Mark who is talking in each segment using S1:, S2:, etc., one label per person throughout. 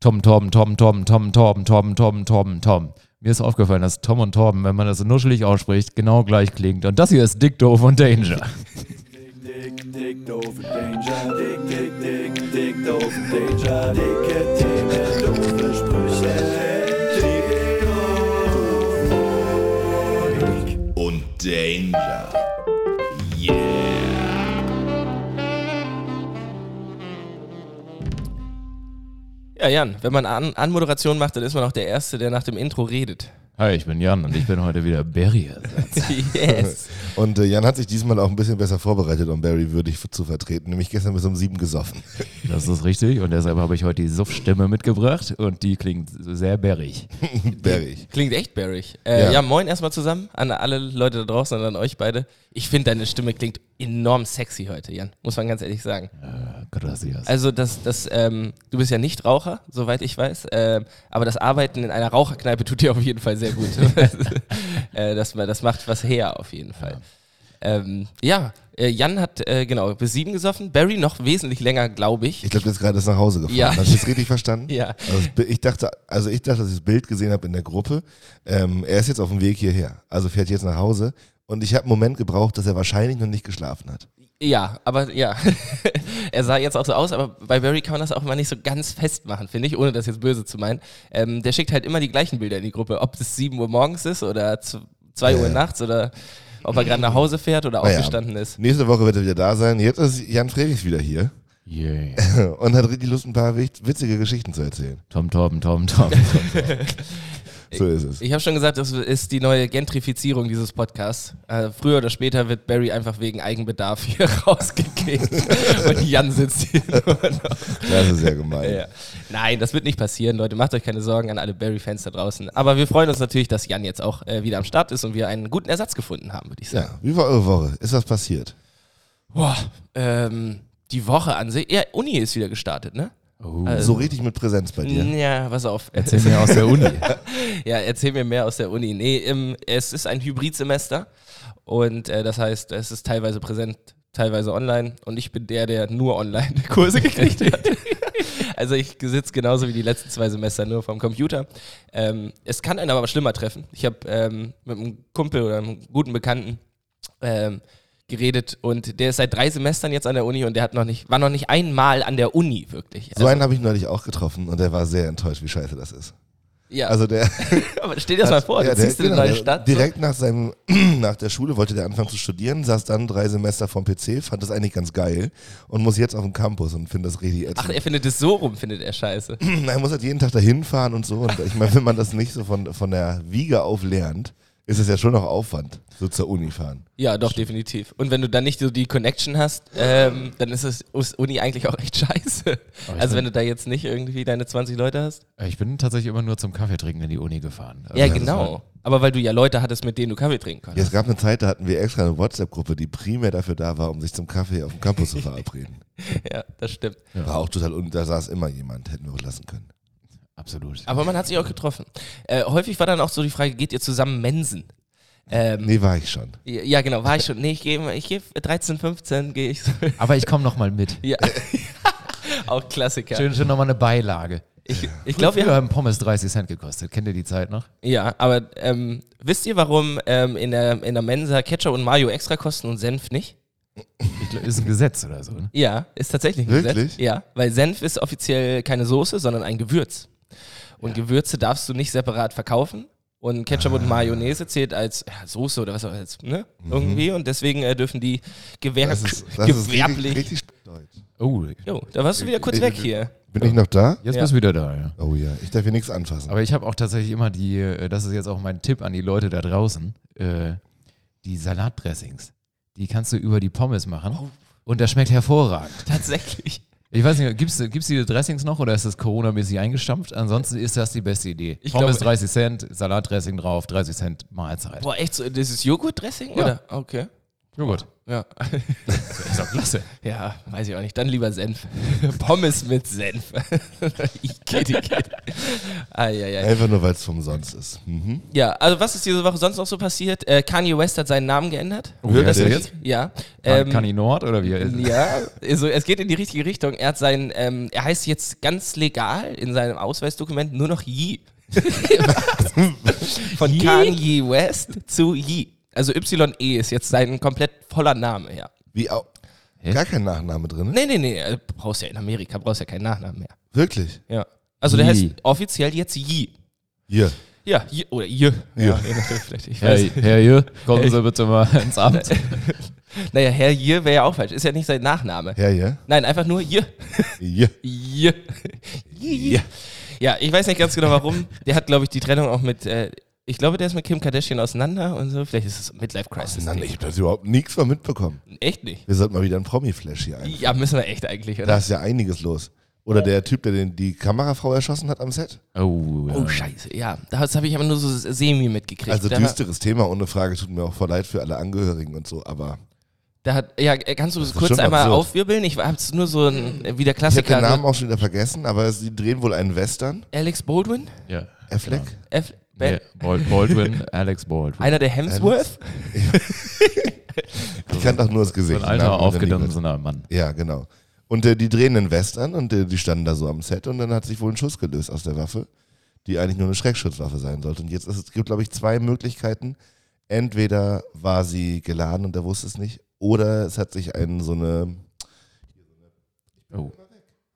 S1: Tom, Tom, Tom, Tom, Tom, Tom, Tom, Tom, Tom, Tom. Mir ist aufgefallen, dass Tom und Torben, wenn man das so nuschelig ausspricht, genau gleich klingt. Und das hier ist Dick Doof und Danger.
S2: Dick, dick, doof Danger, dick, dick, dick, dick, doof Danger, dicke Themen, doofe Sprüche, dick, doof und
S3: und Danger. Yeah.
S4: Ja, Jan, wenn man An Anmoderation macht, dann ist man auch der Erste, der nach dem Intro redet.
S1: Hi, ich bin Jan und ich bin heute wieder Barry.
S4: yes.
S5: Und äh, Jan hat sich diesmal auch ein bisschen besser vorbereitet, um Barry würdig zu vertreten. Nämlich gestern bis um sieben gesoffen.
S1: Das ist richtig und deshalb habe ich heute die Suff-Stimme mitgebracht und die klingt sehr bärig.
S5: Barry.
S4: Klingt echt bärig. Äh, ja.
S5: Ja.
S4: moin erstmal zusammen an alle Leute da draußen und an euch beide. Ich finde, deine Stimme klingt enorm sexy heute, Jan. Muss man ganz ehrlich sagen.
S1: Gracias.
S4: Also, das, das, ähm, du bist ja nicht Raucher, soweit ich weiß, ähm, aber das Arbeiten in einer Raucherkneipe tut dir auf jeden Fall sehr gut. äh, das, das macht was her, auf jeden Fall. Ja, ähm, ja äh, Jan hat, äh, genau, bis sieben gesoffen, Barry noch wesentlich länger, glaube ich.
S5: Ich glaube, der ist gerade erst nach Hause gefahren.
S4: Ja.
S5: Hast du das richtig verstanden?
S4: Ja.
S5: Also das Bi- ich dachte, also ich dachte, dass ich das Bild gesehen habe in der Gruppe. Ähm, er ist jetzt auf dem Weg hierher. Also fährt jetzt nach Hause. Und ich habe einen Moment gebraucht, dass er wahrscheinlich noch nicht geschlafen hat.
S4: Ja, aber ja. er sah jetzt auch so aus, aber bei Barry kann man das auch mal nicht so ganz festmachen, finde ich, ohne das jetzt böse zu meinen. Ähm, der schickt halt immer die gleichen Bilder in die Gruppe, ob das 7 Uhr morgens ist oder 2 Uhr
S5: Ja. Oh
S4: nachts oder ob er gerade nach Hause fährt oder
S5: Naja.
S4: aufgestanden ist.
S5: Nächste Woche wird er wieder da sein. Jetzt ist Jan Frerichs wieder hier
S1: Yeah.
S5: und hat richtig Lust, ein paar wicht- witzige Geschichten zu erzählen.
S1: Tom, Tom, Tom, Tom.
S5: So ist es.
S4: Ich habe schon gesagt, das ist die neue Gentrifizierung dieses Podcasts. Äh, früher oder später wird Barry einfach wegen Eigenbedarf hier rausgekickt und Jan sitzt hier nur noch.
S5: Das ist ja gemein.
S4: Ja. Nein, das wird nicht passieren, Leute. Macht euch keine Sorgen an alle Barry-Fans da draußen. Aber wir freuen uns natürlich, dass Jan jetzt auch äh, wieder am Start ist und wir einen guten Ersatz gefunden haben, würde ich sagen.
S5: Ja, wie war eure Woche? Ist was passiert?
S4: Boah, ähm, die Woche an sich. Ja, Uni ist wieder gestartet, ne?
S5: so richtig mit Präsenz bei dir.
S4: Ja, pass auf.
S1: Erzähl mir aus der Uni.
S4: Ja, erzähl mir mehr aus der Uni. Nee, im, es ist ein Hybridsemester und äh, das heißt, es ist teilweise präsent, teilweise online und ich bin der, der nur online Kurse gekriegt hat. Also ich sitze genauso wie die letzten zwei Semester nur vom Computer. Ähm, es kann einen aber schlimmer treffen. Ich habe ähm, mit einem Kumpel oder einem guten Bekannten ähm, geredet und der ist seit drei Semestern jetzt an der Uni und der hat noch nicht, war noch nicht einmal an der Uni wirklich. Also,
S5: So einen habe ich neulich auch getroffen und der war sehr enttäuscht, wie scheiße das ist.
S4: ja, also,
S5: Also der
S4: aber stell dir das mal vor,
S5: Ja,
S4: du ziehst in
S5: genau,
S4: eine neue
S5: der-
S4: Stadt. so.
S5: Direkt nach, seinem, nach der Schule wollte der anfangen zu studieren, saß dann drei Semester vom PC, fand das eigentlich ganz geil und muss jetzt auf den Campus und findet das richtig
S4: Ach,
S5: ätzend.
S4: er findet es so rum, findet er scheiße.
S5: er muss halt jeden Tag dahin fahren und so. Und ich meine, wenn man das nicht so von, von der Wiege auf lernt, ist es ja schon noch Aufwand, so zur Uni fahren.
S4: Ja, doch, definitiv. Und wenn du dann nicht so die Connection hast, ähm, dann ist es ist Uni eigentlich auch echt scheiße. Also wenn du da jetzt nicht irgendwie deine 20 Leute hast.
S1: Ich bin tatsächlich immer nur zum Kaffee trinken in die Uni gefahren. Also
S4: Ja,
S1: das
S4: genau.
S1: war-
S4: Aber weil du ja Leute hattest, mit denen du Kaffee trinken
S5: Ja,
S4: konntest.
S5: es gab eine Zeit, da hatten wir extra eine WhatsApp-Gruppe, die primär dafür da war, um sich zum Kaffee auf dem Campus zu verabreden.
S4: Ja, das stimmt.
S5: War auch total, und da saß immer jemand, hätten wir lassen können.
S1: Absolut.
S4: Aber man hat sich auch getroffen. Äh, häufig war dann auch so die Frage, geht ihr zusammen mensen? Ähm,
S5: Nee, war ich schon.
S4: Ja, genau, war ich schon. Nee, ich gehe ich geh 13, 15, gehe ich so.
S1: Aber ich komme nochmal mit.
S4: Ja. auch Klassiker.
S1: Schön, schön nochmal eine Beilage.
S4: Ich, ich glaube, wir
S1: Früher haben Pommes 30 Cent gekostet. Kennt ihr die Zeit noch?
S4: Ja, aber ähm, wisst ihr, warum ähm, in, der, in der Mensa Ketchup und Mayo extra kosten und Senf nicht?
S1: Ich glaub, ist ein Gesetz oder so. Ne?
S4: Ja, ist tatsächlich ein Gesetz.
S5: Wirklich?
S4: Ja, weil Senf ist offiziell keine Soße, sondern ein Gewürz. Und Gewürze darfst du nicht separat verkaufen. Und Ketchup
S5: Ah.
S4: und Mayonnaise zählt als ja, Soße oder was auch jetzt, ne? Irgendwie. Und deswegen äh, dürfen die gewerk
S5: Mhm. Das ist, das ist richtig,
S4: gewerblich.
S5: richtig deutsch.
S1: Oh,
S4: jo, da warst du wieder kurz
S5: Ich-
S4: weg
S5: ich-
S4: hier.
S5: Bin ich noch da?
S1: jetzt
S4: Ja.
S1: bist du wieder da, ja.
S5: Oh ja, ich darf hier nichts anfassen.
S1: Aber ich habe auch tatsächlich immer die, äh, das ist jetzt auch mein Tipp an die Leute da draußen, äh, die Salatdressings. Die kannst du über die Pommes machen und das schmeckt hervorragend.
S4: Tatsächlich.
S1: Ich weiß nicht, gibt's gibt's diese Dressings noch oder ist das Corona-mäßig eingestampft? Ansonsten ist das die beste Idee.
S4: Ich
S1: Pommes
S4: glaube-
S1: 30 Cent, Salatdressing drauf, 30 Cent Mahlzeit.
S4: Boah, echt so, dieses Joghurtdressing?
S1: Ja.
S4: Oder? Okay.
S1: Ja, gut.
S4: Ja.
S1: Ist doch klasse.
S4: ja, weiß ich auch nicht. Dann lieber Senf. Pommes mit Senf. ich geht, ich geht. Eieiei.
S5: Einfach nur, weil es vom Sonst ist. Mhm.
S4: Ja, also was ist diese Woche sonst noch so passiert? Äh, Kanye West hat seinen Namen geändert.
S1: Oh, Hört das
S5: ja,
S1: ja
S5: der-
S1: jetzt?
S4: Ja.
S1: Ähm,
S4: Ähm,
S1: Kani Nord oder wie?
S4: Ja, also es geht in die richtige Richtung. Er hat sein, ähm, er heißt jetzt ganz legal in seinem Ausweisdokument nur noch Yi. Von
S1: Yi?
S4: Kanye West zu Yi. Also YE ist jetzt sein komplett voller Name, ja.
S5: Wie auch.
S1: Hä?
S5: Gar kein Nachname drin. ne?
S4: Nee, nee, nee, äh, brauchst ja in Amerika, brauchst ja keinen Nachnamen mehr.
S5: Wirklich?
S4: Ja. Also der
S1: Yi.
S4: heißt offiziell jetzt Yi.
S5: Hier.
S4: Ja, Yi oder Yi. Ja, je nachdem vielleicht. Ich
S1: Herr,
S4: weiß.
S1: Herr Jö, kommen Sie bitte mal ins Amt.
S4: Naja, Herr Yi wäre ja auch falsch. Ist ja nicht sein Nachname.
S5: Ja, ja.
S4: Nein, einfach nur Yi.
S5: Ja.
S4: Ja. ja. Ja, ich weiß nicht ganz genau warum. Der hat, glaube ich, die Trennung auch mit, äh, ich glaube, der ist mit Kim Kardashian auseinander und so. Vielleicht ist es Midlife Crisis.
S5: Nein, ich habe das überhaupt nichts von mitbekommen.
S4: Echt nicht.
S5: Wir sollten mal wieder einen Promi-Flash hier ein.
S4: Ja, müssen wir echt eigentlich,
S5: Da
S4: oder?
S5: ist ja einiges los. Oder der Typ, der den, die Kamerafrau erschossen hat am Set.
S1: Oh, ja.
S4: Oh, scheiße. Ja, das habe ich aber nur so semi mitgekriegt.
S5: Also
S4: da, war-
S5: düsteres Thema, ohne Frage. Tut mir auch voll leid für alle Angehörigen und so. Aber
S4: da hat, ja, kannst du das
S5: ist
S4: kurz
S5: schon
S4: einmal
S5: absurd.
S4: aufwirbeln? Ich habe es nur so ein, wie der
S5: ich habe
S4: Klassiker.
S5: den Namen
S4: ne?
S5: auch schon wieder vergessen. Aber sie drehen wohl einen Western.
S4: Alex Baldwin?
S1: ja.
S5: Affleck.
S4: F
S1: Nee,
S4: ben,
S1: Bald- Baldwin, Alex Baldwin.
S4: Einer der Hemsworth?
S5: Ich kann doch nur das
S1: So
S5: Gesicht.
S1: ein
S5: Den
S1: alter,
S5: Namen kenn ich nicht.
S1: aufgedunsener Mann.
S5: Ja, genau. Und äh, die drehen den Western und äh, die standen da so am Set und dann hat sich wohl ein Schuss gelöst aus der Waffe, die eigentlich nur eine Schreckschusswaffe sein sollte. Und jetzt ist, es gibt, glaube ich, zwei Möglichkeiten. Entweder war sie geladen und er wusste es nicht, oder es hat sich ein so eine
S1: Oh,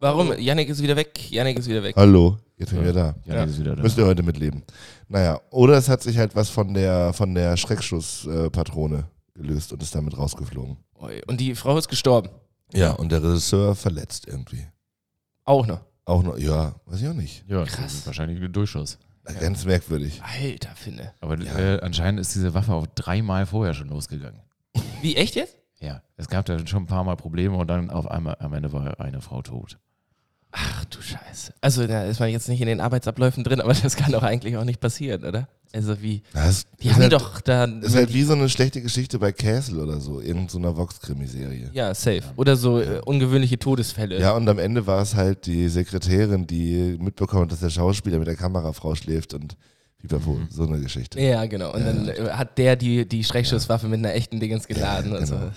S4: Warum? Yannick ist wieder weg. Yannick ist wieder weg.
S5: Hallo, jetzt bin ich wieder da.
S1: ja,
S4: Ja.
S1: die ist wieder da.
S5: Müsst ihr heute mitleben. Naja, oder es hat sich halt was von der von der Schreckschusspatrone gelöst und ist damit rausgeflogen.
S4: Ui, Und die Frau ist gestorben.
S5: Ja, und der Regisseur verletzt irgendwie.
S4: Auch noch.
S5: Auch noch, ja, weiß ich auch nicht.
S1: Ja,
S4: Krass.
S1: das ist wahrscheinlich ein Durchschuss.
S5: Ganz merkwürdig.
S4: Alter, finde.
S1: Aber
S5: Ja.
S1: äh, anscheinend ist diese Waffe auch dreimal vorher schon losgegangen.
S4: Wie, echt jetzt?
S1: Ja, es gab da schon ein paar Mal Probleme und dann auf einmal am Ende war eine Frau tot.
S4: Ach du Scheiße. Also da ist man jetzt nicht in den Arbeitsabläufen drin, aber das kann doch eigentlich auch nicht passieren, oder? Also wie,
S5: Das
S4: die
S5: ist
S4: haben
S5: halt-
S4: doch da...
S5: Ist halt wie so eine schlechte Geschichte bei Castle oder so, irgendeiner so einer Vox-Krimiserie.
S4: ja, safe. Oder so äh, ungewöhnliche Todesfälle.
S5: Ja, und am Ende war es halt die Sekretärin, die mitbekommen hat, dass der Schauspieler mit der Kamerafrau schläft und pipapo, so eine Geschichte.
S4: Mhm. Ja, genau. Und dann äh, hat der die, die Schreckschusswaffe mit einer echten Dingens geladen
S5: Ja,
S4: und
S5: genau.
S4: sowas.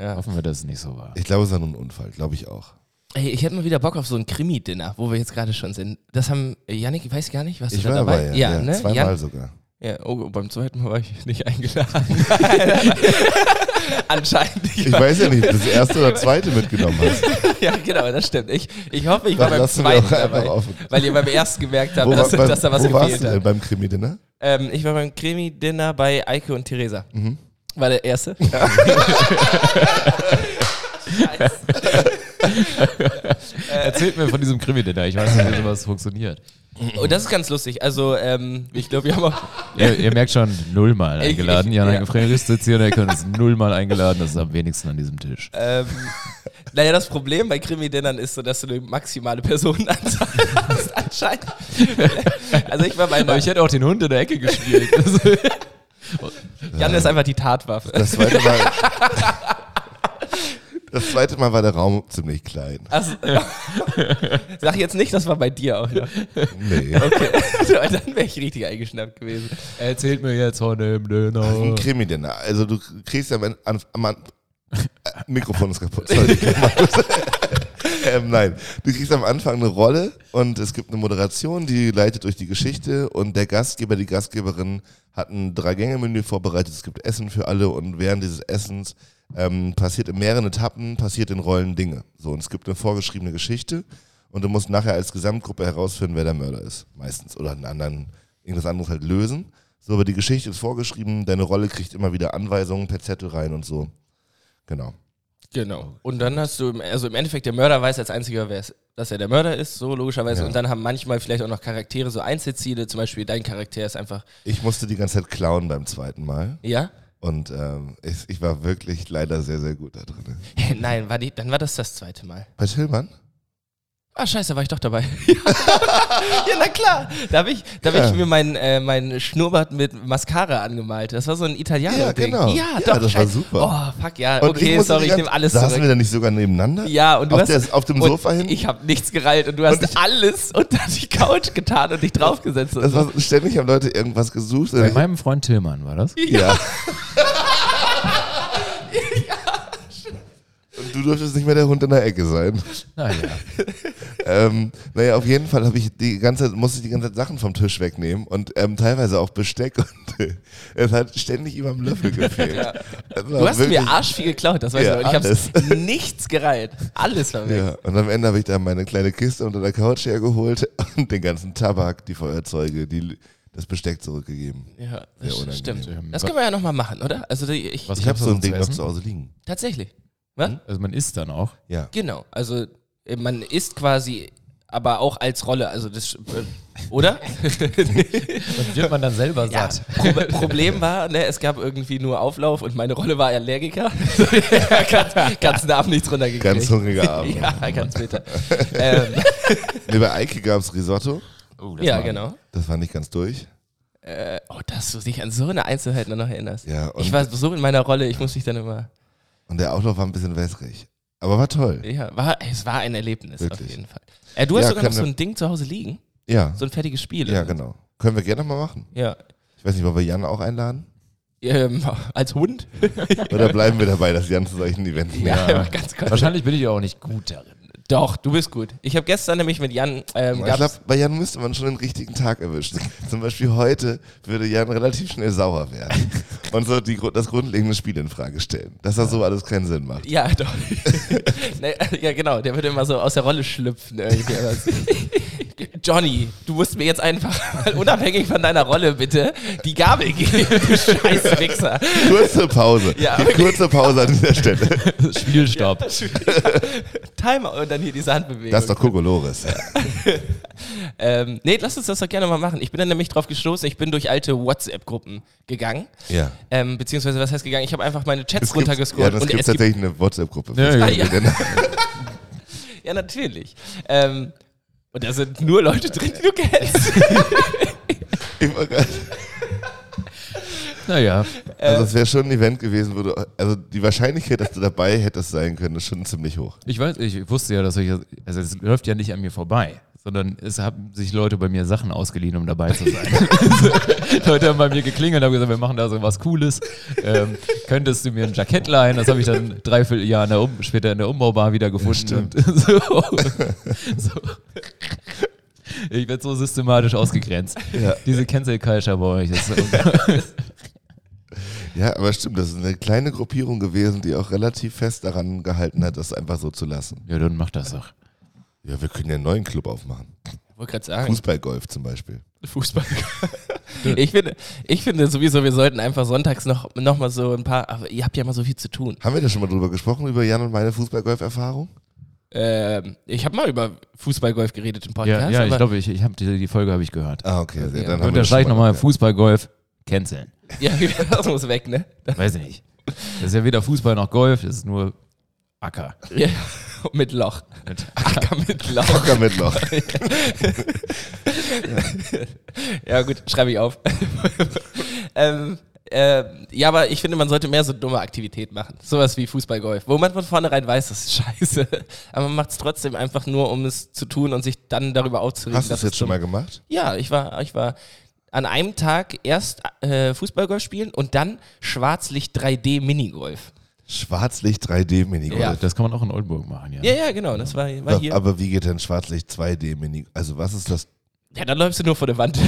S4: Ja.
S1: Hoffen wir, dass es nicht so war.
S5: Ich glaube, es war nur ein Unfall, glaube ich auch.
S4: Ey, ich hätte mal wieder Bock auf so ein Krimi-Dinner, wo wir jetzt gerade schon sind. Das haben, äh, Yannick, ich weiß gar nicht, was
S5: Ich
S4: du da
S5: war dabei,
S4: dabei
S5: ja, ja,
S4: ne?
S5: zweimal
S4: Jan-
S5: sogar.
S4: ja, oh, beim zweiten Mal war ich nicht eingeladen. Anscheinend nicht.
S5: Ich weiß ja nicht, ob du das erste oder zweite mitgenommen hast.
S4: Ja, genau, das stimmt. Ich, ich hoffe, ich war
S5: Das
S4: beim
S5: lassen wir
S4: zweiten
S5: auch einfach
S4: dabei.
S5: offen.
S4: Weil ihr beim ersten gemerkt habt,
S5: Wo
S4: dass,
S5: war-
S4: dass da was
S5: wo warst
S4: gefehlt
S5: du denn
S4: hat.
S5: beim Krimi-Dinner?
S4: Ähm, ich war beim Krimi-Dinner bei Eike und Theresa.
S5: Mhm.
S4: War der erste.
S1: Äh, Erzählt mir von diesem Krimi denn da. Ich weiß nicht, wie sowas funktioniert.
S4: Und Oh, das ist ganz lustig. Also, ähm, ich glaube, wir haben auch.
S1: Ihr, ihr merkt schon, nullmal
S4: Ich-
S1: eingeladen.
S4: ich-
S1: Jan
S4: ja.
S1: ja. Frerichs sitzt hier und er kann es nullmal eingeladen. Das ist am wenigsten an diesem Tisch.
S4: Ähm, naja, das Problem bei Krimi-Dinnern ist so, dass du eine maximale Personenanzahl hast, anscheinend. Also, ich war bei
S1: Aber ich hätte auch den Hund in der Ecke gespielt. Also,
S4: Jan ist einfach die Tatwaffe.
S5: Das zweite Mal. Das zweite Mal war der Raum ziemlich klein.
S4: Also, sag jetzt nicht, das war bei dir auch noch.
S5: Nee.
S4: Okay. Dann wäre ich richtig eingeschnappt gewesen.
S1: Erzählt mir jetzt von dem Döner.
S5: Ein Krimi-Dinner. Also du kriegst ja am Ende- an, am, an, äh, Mikrofon ist kaputt. Sorry. ähm, nein, du kriegst am Anfang eine Rolle und es gibt eine Moderation, die leitet durch die Geschichte und der Gastgeber, die Gastgeberin hat ein Drei-Gänge-Menü vorbereitet. Es gibt Essen für alle und während dieses Essens ähm, passiert in mehreren Etappen, passiert in Rollen Dinge. So, und es gibt eine vorgeschriebene Geschichte und du musst nachher als Gesamtgruppe herausfinden, wer der Mörder ist, meistens. Oder einen anderen, irgendwas anderes halt lösen. So, aber die Geschichte ist vorgeschrieben, deine Rolle kriegt immer wieder Anweisungen per Zettel rein und so. Genau.
S4: Genau. Und dann hast du, im- also im Endeffekt, der Mörder weiß als einziger, wer es, dass er der Mörder ist, so logischerweise.
S5: Ja.
S4: Und dann haben manchmal vielleicht auch noch Charaktere so Einzelziele, zum Beispiel dein Charakter ist einfach,
S5: Ich musste die ganze Zeit klauen beim zweiten Mal
S4: ja?
S5: und ähm, ich, ich war wirklich leider sehr, sehr gut da drin.
S4: Hä, Nein, war die, dann war das das zweite Mal.
S5: Bei Tillmann?
S4: Ah, scheiße, da war ich doch dabei. ja, na klar. Da habe ich, da hab
S5: Ja.
S4: ich mir meinen äh, mein Schnurrbart mit Mascara angemalt. Das war so ein Italiener-Ding.
S5: Ja, genau.
S4: Ja,
S5: Ja,
S4: doch,
S5: das war
S4: scheiße.
S5: super.
S4: Oh, fuck, ja.
S5: Und
S4: okay,
S5: musste
S4: sorry,
S5: die
S4: ich
S5: ganze-
S4: nehme alles
S5: Saßen wir
S4: zurück.
S5: da nicht sogar nebeneinander?
S4: Ja, und du
S5: auf
S4: hast...
S5: der, auf dem
S4: und
S5: Sofa hin?
S4: Ich habe nichts gereilt und du hast alles unter die Couch getan und dich draufgesetzt. und
S5: das
S4: so.
S5: war, so- ständig haben Leute irgendwas gesucht.
S1: Bei meinem Freund Tillmann war das.
S5: ja. Und du dürftest nicht mehr der Hund in der Ecke sein.
S1: Naja.
S5: Ähm, naja, auf jeden Fall habe ich die ganze Zeit, musste ich die ganze Zeit Sachen vom Tisch wegnehmen und ähm, teilweise auch Besteck und äh, es hat ständig über dem Löffel gefehlt.
S4: Du hast mir arschviel geklaut, das weiß
S5: Ja,
S4: ich noch. Ich
S5: alles.
S4: habe nichts gereilt. Alles war weg.
S5: Ja, und am Ende habe ich dann meine kleine Kiste unter der Couch hergeholt und den ganzen Tabak, die Feuerzeuge, die, das Besteck zurückgegeben.
S4: Ja,
S5: Sehr
S4: das
S5: unangenehm.
S4: stimmt. Das können wir ja nochmal machen, oder? Also die- ich,
S1: Was
S5: ich habe
S1: gab's da
S5: so ein
S1: sonst zu
S5: Ding noch
S1: essen?
S5: zu Hause liegen.
S4: tatsächlich. Was?
S5: Hm?
S1: Also man isst dann auch.
S5: Ja.
S4: Genau. Also äh, man ist quasi, aber auch als Rolle. Also das, äh, oder?
S1: Und wird man dann selber
S4: ja.
S1: satt.
S4: Pro Problem war, ne, es gab irgendwie nur Auflauf und meine Rolle war Allergiker. ganz, ganzen Abend nichts runtergekriegt.
S5: Ganz hungriger Abend.
S4: Ja, ganz bitter. ähm,
S5: Nee, bei Eike gab es Risotto.
S4: ja, genau.
S5: Oh, Das war nicht ganz durch.
S4: Äh, oh, dass du dich an so eine Einzelheit nur noch erinnerst.
S5: Ja, und,
S4: ich war so in meiner Rolle, ich muss mich dann immer.
S5: und der Auflauf war ein bisschen wässrig. Aber war toll.
S4: Ja, war, es war ein Erlebnis auf
S5: Wirklich.
S4: jeden Fall. Äh, du hast
S5: Ja,
S4: sogar noch
S5: können
S4: so
S5: wir-
S4: ein Ding zu Hause liegen,
S5: Ja.
S4: so ein fertiges Spiel.
S5: Ja, genau. Können wir gerne mal machen.
S4: Ja.
S5: Ich weiß nicht, wollen wir Jan auch einladen?
S4: Ähm, als Hund?
S5: Oder bleiben wir dabei, dass Jan zu solchen Events ja.
S4: Ja, ganz kurz.
S1: Wahrscheinlich bin ich ja auch nicht gut darin.
S4: Doch, du bist gut. Ich habe gestern nämlich mit Jan. Ähm,
S5: Ich glaube,
S4: gab's,
S5: bei Jan müsste man schon den richtigen Tag erwischen. Zum Beispiel heute würde Jan relativ schnell sauer werden und so die, Grund- das grundlegende Spiel in Frage stellen. Dass das so alles keinen Sinn macht.
S4: ja, doch. nee, ja, genau. Der würde immer so aus der Rolle schlüpfen. Irgendwie. aber es- Johnny, du musst mir jetzt einfach mal unabhängig von deiner Rolle bitte die Gabel geben, du scheiß Wichser.
S5: Kurze Pause.
S4: Ja,
S5: die
S4: okay.
S5: kurze Pause an dieser Stelle.
S1: Spielstopp.
S4: Timer und dann hier diese Handbewegung.
S5: Das ist doch Kokolores.
S4: Ähm, nee, lass uns das doch gerne mal machen. Ich bin dann nämlich drauf gestoßen, ich bin durch alte WhatsApp-Gruppen gegangen.
S5: Ja.
S4: Ähm, beziehungsweise, was heißt gegangen? Ich habe einfach meine Chats
S5: Es gibt- Ja,
S4: runtergescrollt.
S5: das
S4: und
S5: gibt
S4: es gibt,
S5: tatsächlich eine WhatsApp-Gruppe. für
S1: Ja,
S5: das
S1: ja.
S4: Ah, ja.
S5: Ganze, denn-
S4: ja, natürlich. Ähm, und da sind nur Leute drin, die du kennst.
S5: Ich war grad-
S1: Naja.
S5: Also
S4: Äh.
S5: es wäre schon ein Event gewesen, wo du, also die Wahrscheinlichkeit, dass du dabei hättest sein können, ist schon ziemlich hoch.
S1: Ich weiß, ich wusste ja, dass ich, also es läuft ja nicht an mir vorbei, sondern es haben sich Leute bei mir Sachen ausgeliehen, um dabei zu sein. Leute haben bei mir geklingelt und haben gesagt, wir machen da so was Cooles. Ähm, könntest du mir ein Jackett leihen? Das habe ich dann dreiviertel Jahr in der um später in der Umbaubar wieder gefunden. und so, so. Ich werde so systematisch ausgegrenzt. Diese Cancel Culture bei euch ist
S5: Ja, aber stimmt, das ist eine kleine Gruppierung gewesen, die auch relativ fest daran gehalten hat, das einfach so zu lassen.
S1: Ja, dann mach das doch.
S5: Ja, wir können ja einen neuen Club aufmachen.
S4: Wollte gerade sagen,
S5: Fußballgolf zum Beispiel.
S4: Fußball. ich, finde, ich finde sowieso, wir sollten einfach sonntags noch, noch mal so ein paar. Aber ihr habt ja immer so viel zu tun.
S5: Haben wir da schon mal drüber gesprochen, über Jan und meine Fußballgolf-Erfahrung?
S4: Ähm, ich habe mal über Fußballgolf geredet im Podcast.
S1: Ja, ja ich
S4: aber-
S1: glaube, ich, ich hab die, die Folge habe ich gehört.
S5: Ah, okay. sehr,
S4: Ja.
S5: dann haben
S1: Und
S5: wir
S1: da
S5: das
S1: sage ich
S5: schon
S1: nochmal,
S5: gehört.
S1: Fußballgolf, canceln.
S4: Ja, das muss weg, ne?
S1: Weiß ich nicht. Das ist ja weder Fußball noch Golf, das ist nur Acker.
S4: Ja, mit Loch. Acker mit Loch.
S5: Locker mit Loch.
S4: Ja, gut, schreibe ich auf. ähm, äh, ja, aber ich finde, man sollte mehr so dumme Aktivität machen. Sowas wie Fußballgolf, wo man von vornherein weiß, das ist scheiße. Aber man macht es trotzdem einfach nur, um es zu tun und sich dann darüber aufzuregen.
S5: Hast du
S4: dass
S5: das
S4: es
S5: jetzt schon
S4: dumm-
S5: mal gemacht?
S4: Ja, ich war, ich war an einem Tag erst äh, Fußballgolf spielen und dann Schwarzlicht 3D Minigolf.
S5: Schwarzlicht 3D Minigolf.
S4: Ja.
S1: Das kann man auch in Oldenburg machen, ja.
S4: Ja, ja, genau, das war, war
S5: Aber,
S4: hier.
S5: aber wie geht denn Schwarzlicht 2D Minigolf? Also was ist das?
S4: Ja, dann läufst du nur vor der Wand.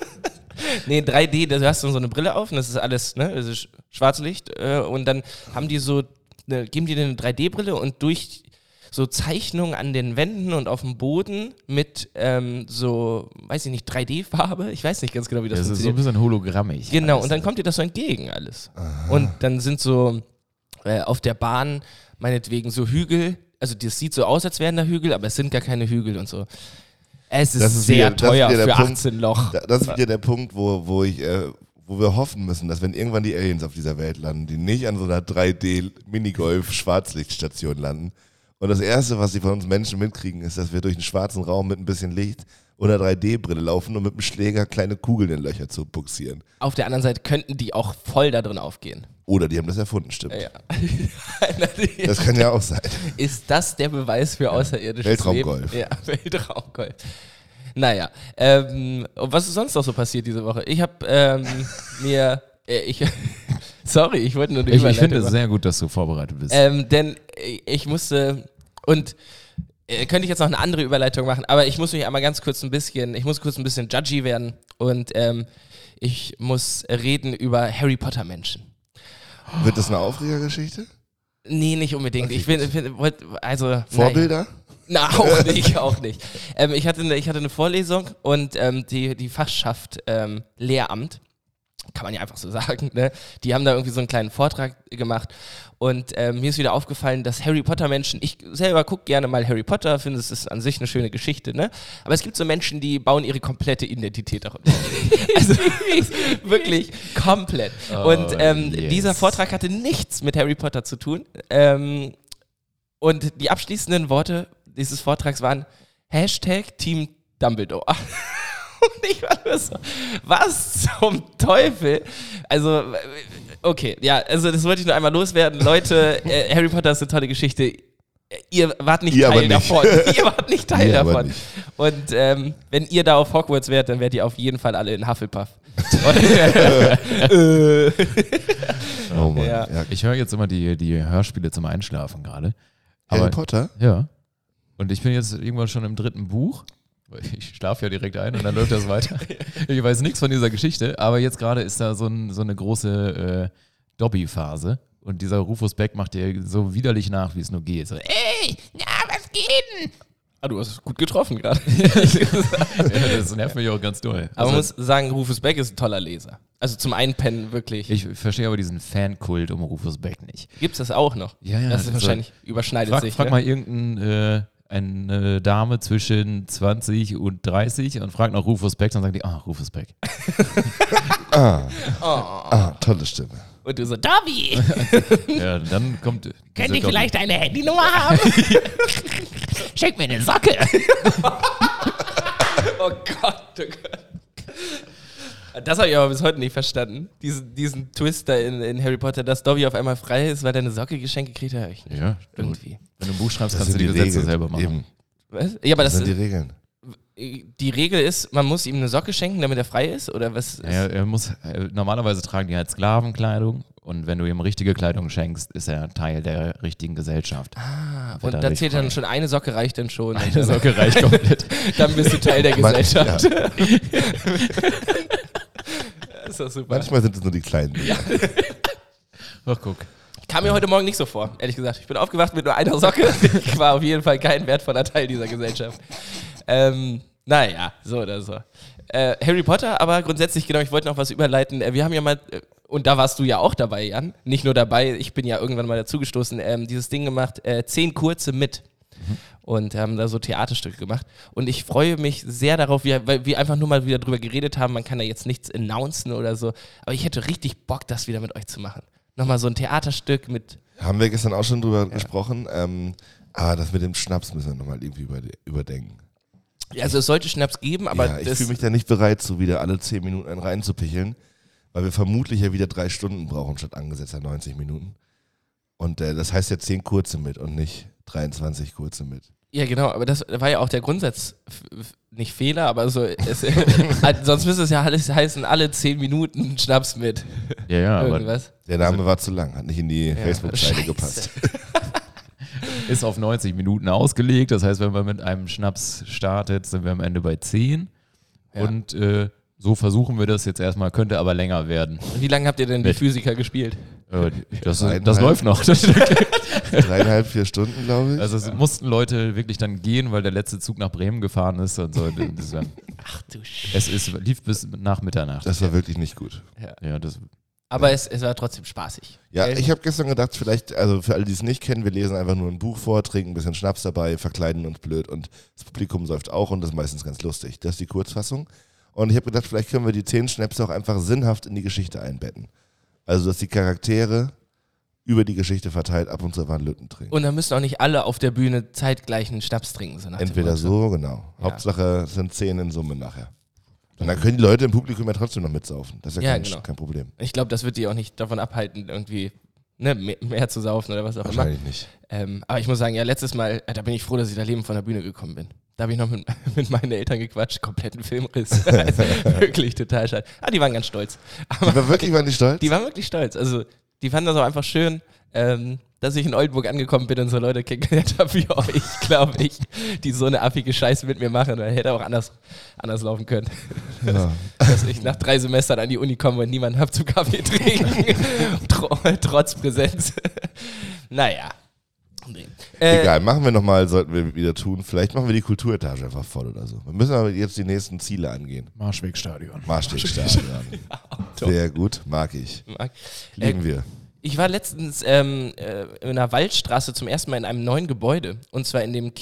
S4: nee, 3D, da hast du so eine Brille auf und das ist alles, ne? Das ist Sch- Schwarzlicht. Äh, und dann haben die so, ne, geben die dir eine 3D-Brille und durch so Zeichnungen an den Wänden und auf dem Boden mit ähm, so, weiß ich nicht, 3D-Farbe. Ich weiß nicht ganz genau, wie das,
S1: Das ist so ein
S4: funktioniert.
S1: bisschen hologrammig.
S4: genau, und dann kommt dir das so entgegen alles. Und dann sind so äh, auf der Bahn meinetwegen so Hügel. Also das sieht so aus, als wären da Hügel, aber es sind gar keine Hügel und so. Es ist,
S5: Das ist
S4: sehr
S5: wieder- das ist
S4: teuer
S5: wieder der
S4: für
S5: Punkt.
S4: 18 Loch.
S5: Da- Das ist wieder der Punkt, wo, wo ich, äh, wo wir hoffen müssen, dass wenn irgendwann die Aliens auf dieser Welt landen, die nicht an so einer 3D Minigolf Schwarzlichtstation landen Und das Erste, was sie von uns Menschen mitkriegen, ist, dass wir durch einen schwarzen Raum mit ein bisschen Licht oder 3D-Brille laufen und mit einem Schläger kleine Kugeln in Löcher zu buxieren.
S4: Auf der anderen Seite könnten die auch voll da drin aufgehen.
S5: Oder die haben das erfunden, stimmt.
S4: Ja. ja.
S5: Das kann ja auch sein.
S4: Ist das der Beweis für außerirdisches
S5: Weltraumgolf.
S4: Leben? Ja, Weltraumgolf. Naja, ähm, und was ist sonst noch so passiert diese Woche? Ich habe ähm, mir, äh, ich, sorry, ich wollte nur eine
S1: Ich, ich finde
S4: Überleitung
S1: es sehr gut, dass du vorbereitet bist.
S4: Ähm, denn äh, ich musste und äh, könnte ich jetzt noch eine andere Überleitung machen, aber ich muss mich einmal ganz kurz ein bisschen, ich muss kurz ein bisschen judgy werden und ähm, ich muss reden über Harry Potter Menschen.
S5: Wird das eine Aufregergeschichte?
S4: Nee, nicht unbedingt. ich bin, ich bin wollt, also naja.
S5: Vorbilder?
S4: Na, auch nicht, auch nicht. Ähm, ich, hatte eine, ich hatte eine Vorlesung und ähm, die, die Fachschaft ähm, Lehramt, kann man ja einfach so sagen, ne? die haben da irgendwie so einen kleinen Vortrag gemacht und ähm, mir ist wieder aufgefallen, dass Harry Potter Menschen, ich selber gucke gerne mal Harry Potter, finde es ist an sich eine schöne Geschichte, ne? aber es gibt so Menschen, die bauen ihre komplette Identität darin. also wirklich komplett. und ähm,
S1: yes.
S4: dieser Vortrag hatte nichts mit Harry Potter zu tun. Ähm, und die abschließenden Worte dieses Vortrags waren Hashtag Team Dumbledore. Und ich war nur so, was zum Teufel? Also, okay, ja, also das wollte ich nur einmal loswerden. Leute, äh, Harry Potter ist eine tolle Geschichte. Ihr wart nicht
S5: Ihr aber
S4: Teil
S5: nicht.
S4: davon. Ihr wart nicht Teil
S5: Ihr aber
S4: davon.
S5: nicht.
S4: Und ähm, wenn ihr da auf Hogwarts wärt, dann wärt ihr auf jeden Fall alle in Hufflepuff.
S5: Oh Mann.
S4: Ja.
S5: Ja.
S1: ich höre jetzt immer die, die Hörspiele zum Einschlafen gerade.
S5: Harry
S1: Aber-
S5: Potter?
S1: Ja. Und ich bin jetzt irgendwann schon im dritten Buch. weil Ich schlafe ja direkt ein und dann läuft das weiter. Ich weiß nichts von dieser Geschichte, aber jetzt gerade ist da so, ein, so eine große äh, Dobby-Phase. Und dieser Rufus Beck macht dir so widerlich nach, wie es nur geht. So, äh, ey, na, was geht denn?
S4: ah, du hast es gut getroffen gerade.
S1: Ja, das nervt mich auch ganz doll.
S4: Aber man
S1: Also,
S4: muss sagen, Rufus Beck ist ein toller Leser. Also zum Einpennen wirklich.
S1: ich verstehe aber diesen Fankult um Rufus Beck nicht.
S4: Gibt's das auch noch?
S1: Ja, ja,
S4: Das ist
S1: also-
S4: wahrscheinlich überschneidet
S1: Frag,
S4: sich.
S1: frag
S4: ne?
S1: mal irgendeine äh, eine Dame zwischen 20 und 30 und frag nach Rufus Beck, dann sagt die, ah, Rufus Beck.
S5: Ah, tolle Stimme.
S4: Und du so, Dobby,
S1: Ja, dann kommt.
S3: Könnt
S1: dieser
S3: ihr vielleicht eine Handynummer haben? Schick mir eine Socke.
S4: oh Gott, oh Gott. Das habe ich aber bis heute nicht verstanden. Diesen, diesen Twister in, in Harry Potter, dass Dobby auf einmal frei ist, weil er eine Socke geschenkt gekriegt hat. hab Ich
S1: Dobby. Ja, stimmt.
S4: irgendwie.
S1: Wenn du ein Buch schreibst, kannst du die, Gesetze selber machen.
S5: Eben.
S4: Was? Ja, aber
S5: Das
S4: das,
S5: sind die Regeln.
S4: die, Regel ist, man muss ihm eine Socke schenken, damit er frei ist? Oder was?
S1: Ja, Er, er muss, äh, normalerweise tragen die halt Sklavenkleidung und wenn du ihm richtige Kleidung schenkst, ist er Teil der richtigen Gesellschaft. Ah,
S4: Und dann zählt dann schon eine Socke reicht dann schon.
S1: Eine Socke reicht komplett.
S4: Dann bist du Teil der
S5: Man-
S4: Gesellschaft.
S5: ja,
S4: Das ist doch super.
S5: manchmal sind es nur die kleinen Dinge.
S1: Ach, guck.
S4: Kam mir heute Morgen nicht so vor, ehrlich gesagt. Ich bin aufgewacht mit nur einer Socke. Ich war auf jeden Fall kein wertvoller Teil dieser Gesellschaft. Ähm, naja, so oder so. Äh, Harry Potter, aber grundsätzlich, genau, ich wollte noch was überleiten. Äh, Wir haben ja mal, äh, und da warst du ja auch dabei, Jan. Nicht nur dabei, ich bin ja irgendwann mal dazugestoßen, ähm, dieses Ding gemacht, äh, zehn kurze mit. Und haben da so Theaterstücke gemacht. Und ich freue mich sehr darauf, wie, weil wir einfach nur mal wieder drüber geredet haben. Man kann da jetzt nichts announcen oder so. Aber ich hätte richtig Bock, das wieder mit euch zu machen. Nochmal so ein Theaterstück mit.
S5: Haben wir gestern auch schon drüber gesprochen. Ähm, aber das mit dem Schnaps müssen wir nochmal irgendwie überde überdenken.
S4: Also, es sollte Schnaps geben, aber
S5: ja, ich
S4: das,
S5: fühle mich da nicht bereit, so wieder alle 10 Minuten einen reinzupicheln, weil wir vermutlich ja wieder drei Stunden brauchen statt angesetzter 90 Minuten. Und äh, das heißt ja 10 kurze mit und nicht 23 kurze mit.
S4: Ja, genau, aber das war ja auch der Grundsatz. F- f- Nicht Fehler, aber so. Es, also sonst müsste es ja alles heißen, alle zehn Minuten Schnaps mit.
S1: Ja, ja, aber
S4: Irgendwas.
S5: Der Name war zu lang, hat nicht in die Facebook-Seite gepasst.
S1: ist auf 90 Minuten ausgelegt. Das heißt, wenn man mit einem Schnaps startet, sind wir am Ende bei 10. Und äh, so versuchen wir das jetzt erstmal, könnte aber länger werden.
S4: Wie lange habt ihr denn die
S1: Mit.
S4: Physiker gespielt?
S1: Äh, Das, das
S5: Eineinhalb.
S1: läuft noch.
S5: Dreieinhalb, vier Stunden, glaube ich.
S1: Also es mussten Leute wirklich dann gehen, weil der letzte Zug nach Bremen gefahren ist und so. Das ist dann-
S4: Ach du Sch.
S1: Es ist, lief bis nach Mitternacht.
S5: das war wirklich nicht gut.
S1: Ja, das,
S4: Aber es, es war trotzdem spaßig.
S5: Ja,
S4: Gell?
S5: ich habe gestern gedacht, vielleicht, also für alle, die es nicht kennen, wir lesen einfach nur ein Buch vor, trinken ein bisschen Schnaps dabei, verkleiden uns blöd und das Publikum säuft auch und das ist meistens ganz lustig. Das ist die Kurzfassung. Und ich habe gedacht, vielleicht können wir die zehn Schnäpse auch einfach sinnhaft in die Geschichte einbetten. Also, dass die Charaktere über die Geschichte verteilt ab und zu waren Lütten trinken.
S4: Und dann müssen auch nicht alle auf der Bühne zeitgleich einen Schnaps trinken. So nach dem
S5: Entweder
S4: Motto.
S5: so, genau. Hauptsache es sind zehn in Summe nachher. Und dann können die Leute im Publikum ja trotzdem noch mitsaufen. Das ist ja,
S4: Ja,
S5: kein,
S4: genau.
S5: kein Problem.
S4: Ich glaube, das wird die auch nicht davon abhalten, irgendwie ne, mehr, mehr zu saufen oder was auch immer.
S5: Wahrscheinlich nicht.
S4: Ähm, aber ich muss sagen, ja, letztes Mal, äh, da bin ich froh, dass ich da lebend von der Bühne gekommen bin. Da habe ich noch mit, mit meinen Eltern gequatscht, kompletten Filmriss. Also, wirklich total schade. Ah, die waren ganz stolz.
S5: Die war wirklich waren die stolz?
S4: Die waren wirklich stolz. Also, die fanden das auch einfach schön, ähm, dass ich in Oldenburg angekommen bin und so Leute kennengelernt habe wie euch, glaube ich, die so eine affige Scheiße mit mir machen. Dann hätte auch anders, anders laufen können.
S5: ja.
S4: Dass ich nach drei Semestern an die Uni komme und niemanden habe zum Kaffee trinken. Tro trotz Präsenz. naja. Nee. Äh,
S5: Egal, machen wir nochmal, sollten wir wieder tun. Vielleicht machen wir die Kulturetage einfach voll oder so. Wir müssen aber jetzt die nächsten Ziele angehen.
S1: Marschwegstadion.
S5: Marschwegstadion. Sehr gut, mag ich.
S4: Marc, äh,
S5: Lieben wir.
S4: Ich war letztens ähm, äh, in einer Waldstraße zum ersten Mal in einem neuen Gebäude. Und zwar in dem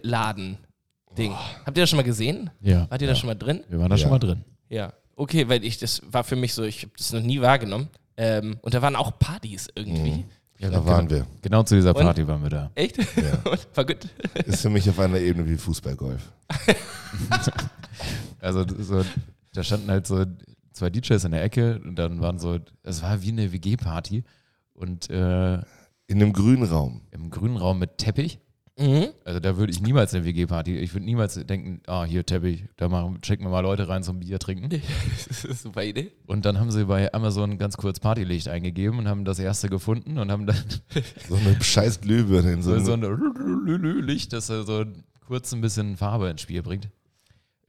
S4: Kino-OL-Laden-Ding. Habt ihr das schon mal gesehen?
S1: Ja.
S4: Wart ihr da schon mal drin?
S1: Wir waren da
S5: Ja.
S1: schon mal drin.
S4: Ja. Okay, weil ich, das war für mich so, ich habe das noch nie wahrgenommen. Ähm, und da waren auch Partys irgendwie.
S5: Da waren wir.
S1: Genau zu dieser
S4: Und?
S1: Party waren wir da.
S4: Echt? Und war gut.
S5: Ist für mich auf einer Ebene wie Fußballgolf.
S1: Also so, da standen halt so zwei DJs in der Ecke und dann waren so, es war wie eine WG-Party und äh,
S5: In einem grünen Raum.
S1: im grünen Raum mit Teppich.
S4: Mhm.
S1: Also da würde ich niemals eine WG-Party, ich würde niemals denken, ah, hier Teppich, da machen, schicken wir mal Leute rein zum Bier trinken.
S4: Das ist eine super Idee.
S1: Und dann haben sie bei Amazon ganz kurz Partylicht eingegeben und haben das erste gefunden und haben dann
S5: So eine scheiß Glühbirne in so
S1: so,
S5: einem.
S1: so ein Licht, das da so kurz ein bisschen Farbe ins Spiel bringt.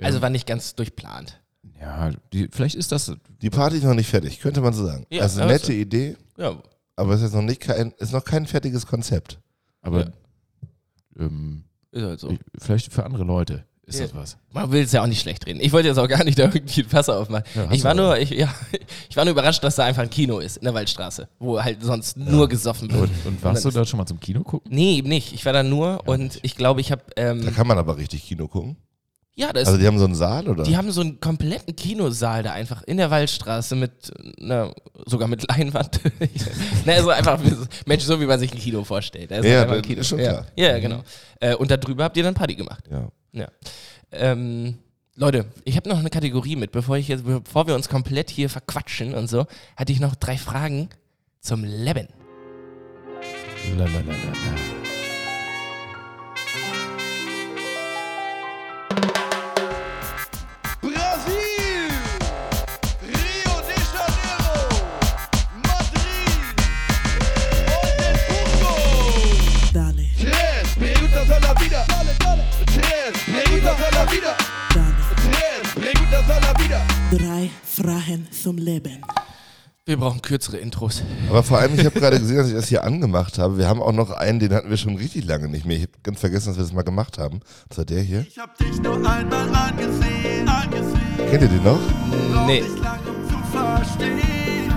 S4: Also war nicht ganz durchplant.
S1: Ja, die, vielleicht ist das,
S5: die Party ist noch nicht fertig, könnte man so sagen.
S4: Ja,
S5: also
S4: aber
S5: nette
S4: so.
S5: Idee,
S4: Ja.
S5: aber es ist noch nicht kein, ist noch kein fertiges Konzept.
S1: aber
S4: Ja.
S1: ähm,
S4: Ist halt so.
S1: ich, vielleicht für andere Leute ist
S4: Ja.
S1: das was.
S4: Man will es ja auch nicht schlecht reden. Ich wollte jetzt auch gar nicht da irgendwie ein Fass aufmachen.
S1: Ja, hast
S4: ich, war
S1: du aber.
S4: nur, ich, ja, ich war nur überrascht, dass da einfach ein Kino ist in der Waldstraße, wo halt sonst nur gesoffen wird.
S1: Und, und warst du da schon mal zum Kino gucken?
S4: Nee, eben nicht. Ich war da nur und ich glaube, ich habe.
S5: Da
S4: Ähm,
S5: kann man aber richtig Kino gucken.
S4: ja, da ist,
S5: Also die haben so einen Saal oder?
S4: die haben so einen kompletten Kinosaal da einfach in der Waldstraße mit, na, sogar mit Leinwand. na, also einfach, Mensch, so wie man sich ein Kino vorstellt. Da ist
S5: Ja,
S4: einfach ein
S5: das ist schon
S4: ja.
S5: klar. Mhm.
S4: Ja, genau. Äh, und darüber habt ihr dann Party gemacht.
S5: ja.
S4: Ja. Ähm, Leute, ich habe noch eine Kategorie mit. Bevor, ich jetzt, bevor wir uns komplett hier verquatschen und so, hatte ich noch drei Fragen zum Leben.
S1: La, la, la, la, la.
S2: Brasil! Rio de Janeiro! Madrid! Oldenburgo!
S6: Dale,
S2: Tres preguntas a la vida! Tres preguntas a la vida!
S6: dale.
S2: Tres preguntas a la vida!
S6: Drei Fragen zum Leben.
S4: Wir brauchen kürzere Intros.
S5: Aber vor allem, ich habe gerade gesehen, dass ich das hier angemacht habe. Wir haben auch noch einen, den hatten wir schon richtig lange nicht mehr. Ich habe ganz vergessen, dass wir das mal gemacht haben. Das war der hier.
S2: Ich hab dich nur einmal angesehen, angesehen.
S5: Kennt ihr den noch?
S4: Nee.
S2: Brauch nicht lang, um zu verstehen.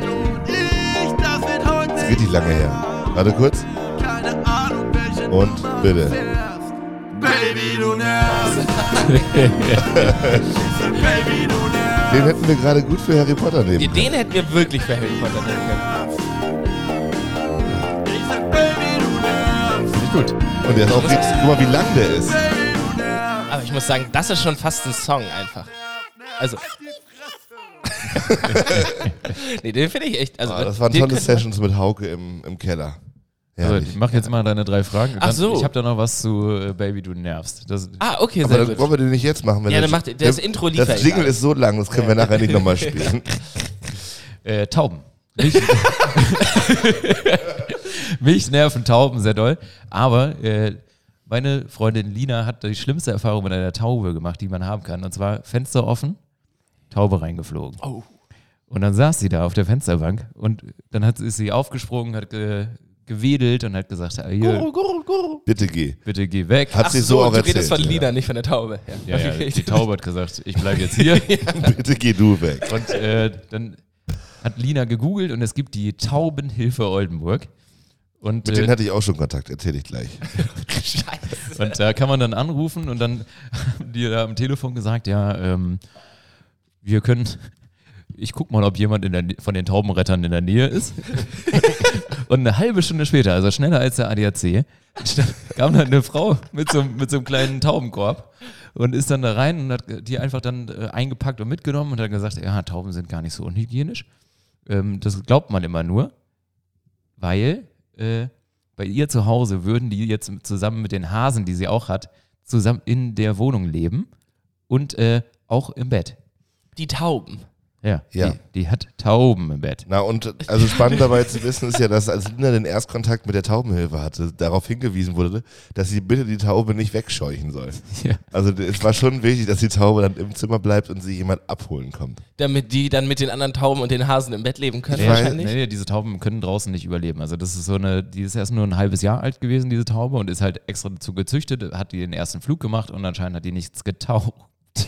S2: Du und ich, das wird heute
S5: Das ist richtig lange her. Warte kurz.
S2: Keine Ahnung, welche
S5: Und
S2: Nummer
S5: bitte.
S2: du fährst. Baby, du nervst. Baby, du nervst.
S5: Den hätten wir gerade gut für Harry Potter nehmen können.
S4: Den hätten wir wirklich für Harry Potter nehmen können.
S2: Ich sag, Baby, du nervst.
S5: Richtig gut. Und der ist auch richtig, guck mal, wie lang der ist.
S2: Baby, du nervst.
S4: Aber ich muss sagen, das ist schon fast ein Song einfach. Also,
S2: Halt die Fresse.
S4: nee, den finde ich echt. Also,
S5: Ah, das waren
S4: den
S5: tolle
S4: könnte-
S5: Sessions mit Hauke im, im Keller.
S1: Also,
S5: Herrlich.
S1: ich mach jetzt mal deine drei Fragen.
S4: Ach
S1: Dann-
S4: so.
S1: Ich habe da noch was zu äh, Baby, du nervst. Das,
S4: Ah, okay,
S5: Aber
S4: sehr
S5: dann
S4: gut.
S5: wollen wir den nicht jetzt machen. wenn
S4: Ja,
S5: der-
S4: dann macht- der- das Intro lief ja
S5: Das Jingle
S4: egal.
S5: ist so lang, das können wir nachher nicht nochmal spielen.
S1: äh, Tauben. Mich, Mich nerven Tauben sehr doll. Aber äh, meine Freundin Lina hat die schlimmste Erfahrung mit einer Taube gemacht, die man haben kann. Und zwar Fenster offen, Taube reingeflogen.
S4: Oh.
S1: Und dann saß sie da auf der Fensterbank und dann hat, ist sie aufgesprungen, hat ge, gewedelt und hat gesagt, ah, hier,
S5: Bitte geh.
S1: bitte geh weg.
S5: Hat sie so, auch
S4: du
S5: erzählt.
S4: redest von
S5: ja.
S4: Lina, nicht von der Taube.
S1: ja, ja, die Taube hat gesagt, ich bleibe jetzt hier.
S5: Bitte geh du weg.
S1: Und äh, dann hat Lina gegoogelt und es gibt die Taubenhilfe Oldenburg. Und,
S5: Mit denen
S1: äh,
S5: hatte ich auch schon Kontakt, erzähl ich gleich.
S4: Scheiße.
S1: und da kann man dann anrufen und dann haben die da am Telefon gesagt, ja, ähm, wir können, ich guck mal, ob jemand in der, Nä- von den Taubenrettern in der Nähe ist. Und eine halbe Stunde später, also schneller als der ADAC, stand- kam dann eine Frau mit so, einem- mit so einem kleinen Taubenkorb und ist dann da rein und hat die einfach dann äh, eingepackt und mitgenommen und hat gesagt, ja, Tauben sind gar nicht so unhygienisch. Ähm, das glaubt man immer nur, weil äh, bei ihr zu Hause würden die jetzt zusammen mit den Hasen, die sie auch hat, zusammen in der Wohnung leben und äh, auch im Bett.
S4: Die Tauben.
S1: Ja,
S5: Ja.
S1: Die, die hat Tauben im Bett.
S5: Na und also spannend dabei zu wissen ist ja, dass als Linda den Erstkontakt mit der Taubenhilfe hatte, darauf hingewiesen wurde, dass sie bitte die Taube nicht wegscheuchen soll.
S1: Ja.
S5: Also d- es war schon wichtig, dass die Taube dann im Zimmer bleibt und sie jemand abholen kommt.
S4: Damit die dann mit den anderen Tauben und den Hasen im Bett leben können.
S5: Ich weiß-
S4: wahrscheinlich.
S1: Nee, nee, diese Tauben können draußen nicht überleben. Also das ist so eine, die ist erst nur ein halbes Jahr alt gewesen, diese Taube, und ist halt extra dazu gezüchtet, hat die den ersten Flug gemacht und anscheinend hat die nichts getaucht.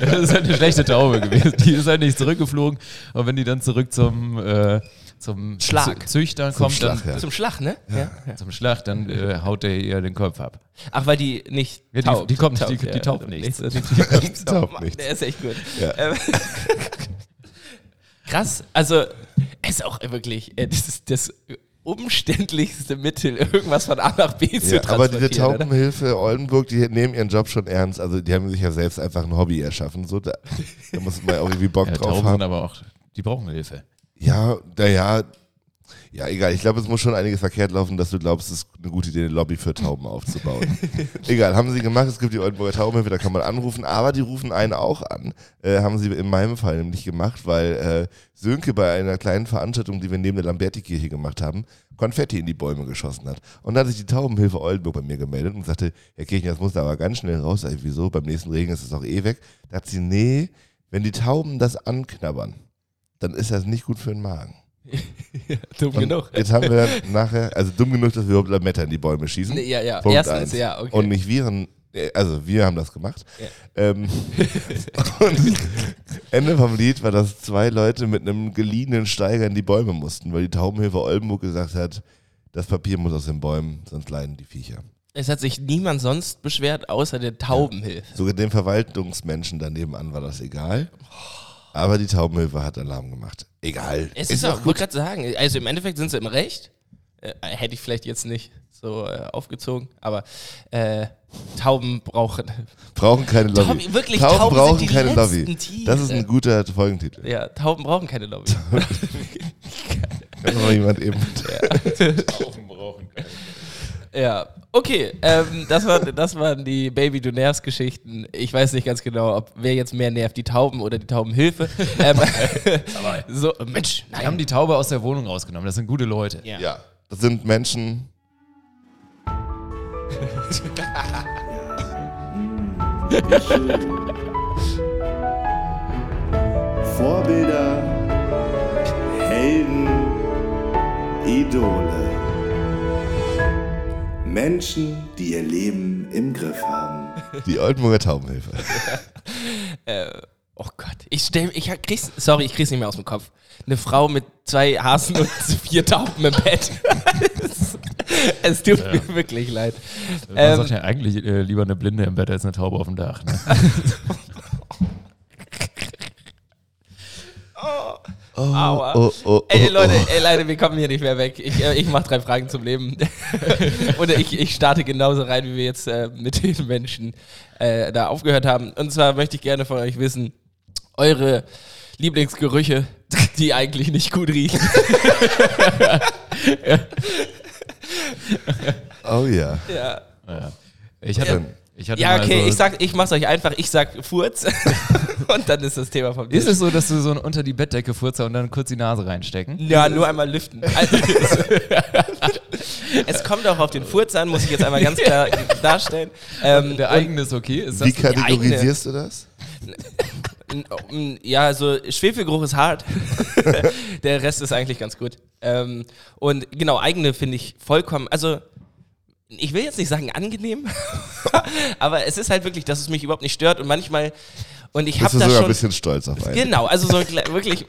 S1: das ist halt eine schlechte Taube gewesen. Die ist halt nicht zurückgeflogen. Und wenn die dann zurück zum, äh, zum
S4: Schlag.
S1: Züchter kommt,
S5: Schlag,
S1: dann,
S5: ja.
S4: Zum Schlag, ne? Ja.
S1: zum Schlag, dann äh, haut der ihr den Kopf ab.
S4: Ach, weil die nicht
S1: Ja, die-
S4: taubt.
S1: die kommt- die- die
S4: ja.
S1: taubt nichts.
S4: Die, die, die
S5: Die
S4: taubt
S5: taubt
S4: Mann,
S5: nichts.
S4: Der ist echt gut.
S5: Ja.
S4: Ähm, Krass, also ist auch wirklich, äh, das ist das umständlichste Mittel, irgendwas von A nach B zu transportieren.
S5: Ja, aber diese
S4: oder?
S5: Taubenhilfe Oldenburg, die nehmen ihren Job schon ernst. Also die haben sich ja selbst einfach ein Hobby erschaffen. So, da, da muss man auch irgendwie Bock
S1: Ja,
S5: drauf
S1: Tauben
S5: haben.
S1: sind aber auch, die brauchen Hilfe.
S5: Ja, naja. Ja, egal. Ich glaube, es muss schon einiges verkehrt laufen, dass du glaubst, es ist eine gute Idee, eine Lobby für Tauben aufzubauen. egal, haben sie gemacht. Es gibt die Oldenburger Taubenhilfe, da kann man anrufen. Aber die rufen einen auch an. Äh, haben sie in meinem Fall nämlich gemacht, weil äh, Sönke bei einer kleinen Veranstaltung, die wir neben der Lamberti-Kirche gemacht haben, Konfetti in die Bäume geschossen hat. Und da hat sich die Taubenhilfe Oldenburg bei mir gemeldet und sagte, Herr Kirchen, das muss da aber ganz schnell raus. Sag ich, wieso? Beim nächsten Regen ist es auch eh weg. Da hat sie, nee, wenn die Tauben das anknabbern, dann ist das nicht gut für den Magen.
S4: Dumm
S5: Und
S4: genug.
S5: Jetzt haben wir dann nachher, also dumm genug, dass wir überhaupt Lametta in die Bäume schießen.
S4: Nee, ja, ja.
S5: Punkt
S4: Erstens,
S5: eins.
S4: ja, okay.
S5: Und nicht Viren, äh, also wir haben das gemacht.
S4: Ja.
S5: Ähm, und Ende vom Lied war, dass zwei Leute mit einem geliehenen Steiger in die Bäume mussten, weil die Taubenhilfe Oldenburg gesagt hat, das Papier muss aus den Bäumen, sonst leiden die Viecher.
S4: Es hat sich niemand sonst beschwert, außer der Taubenhilfe.
S5: Sogar dem Verwaltungsmenschen daneben an war das egal. Aber die Taubenhilfe hat Alarm gemacht. Egal.
S4: Es ist, auch, wollte gerade sagen, also im Endeffekt sind sie im Recht. Äh, hätte ich vielleicht jetzt nicht so äh, aufgezogen, aber äh, Tauben brauchen.
S5: Brauchen keine Lobby.
S4: Tauben- wirklich,
S5: Tauben,
S4: Tauben sind
S5: brauchen
S4: die
S5: keine
S4: letzten
S5: Lobby.
S4: Tiere.
S5: Das ist ein guter Folgentitel.
S4: Ja, Tauben brauchen keine Lobby.
S5: Kann mal jemand eben.
S4: Ja, okay. Ähm, das, war, das waren die Baby Du nervst Geschichten. Ich weiß nicht ganz genau, ob wer jetzt mehr nervt, die Tauben oder die Taubenhilfe. Ähm, so, Mensch,
S1: Die haben
S4: nein.
S1: die Taube aus der Wohnung rausgenommen. Das sind gute Leute.
S4: Ja.
S5: Ja. Das sind Menschen.
S2: Vorbilder, Helden, Idole. Menschen, die ihr Leben im Griff haben.
S5: Die Oldenburger Taubenhilfe.
S4: Oh Gott, ich stell, ich hab- krieg's, sorry, ich krieg's nicht mehr aus dem Kopf. Eine Frau mit zwei Hasen und vier Tauben im Bett. es, es tut mir wirklich leid.
S1: Man
S4: Ähm,
S1: sagt ja eigentlich äh, lieber eine Blinde im Bett als eine Taube auf dem Dach. Ne?
S4: Ähm, Aua.
S5: Oh, oh, oh,
S4: Ey Leute,
S5: oh.
S4: ey Leute, wir kommen hier nicht mehr weg. Ich, äh, ich mache drei Fragen zum Leben. Und ich, ich starte genauso rein, wie wir jetzt äh, mit den Menschen äh, da aufgehört haben. Und zwar möchte ich gerne von euch wissen, eure Lieblingsgerüche, die eigentlich nicht gut riechen.
S5: Oh ja.
S4: Ja,
S1: Ja. Ich hatte, ich hatte
S4: ja
S1: mal also
S4: okay,
S1: so,
S4: ich sag, ich mach's euch einfach, ich sag Furz. Und dann ist das Thema vom
S1: Ist
S4: Tisch.
S1: es so, dass du so ein unter die Bettdecke furzt und dann kurz die Nase reinstecken?
S4: Ja, nur einmal lüften. Also, es kommt auch auf den Furz an, muss ich jetzt einmal ganz klar darstellen. Ähm,
S1: Der eigene ist okay. Ist das
S5: Wie kategorisierst du das?
S4: N- m, Ja, also Schwefelgeruch ist hart. Der Rest ist eigentlich ganz gut. Ähm, und genau, eigene finde ich vollkommen, also ich will jetzt nicht sagen angenehm, aber es ist halt wirklich, dass es mich überhaupt nicht stört und manchmal, Und ich
S5: Bist
S4: habe
S5: du
S4: da
S5: sogar ein
S4: schon.
S5: bisschen stolz auf einen.
S4: Genau, also so ein kle- wirklich,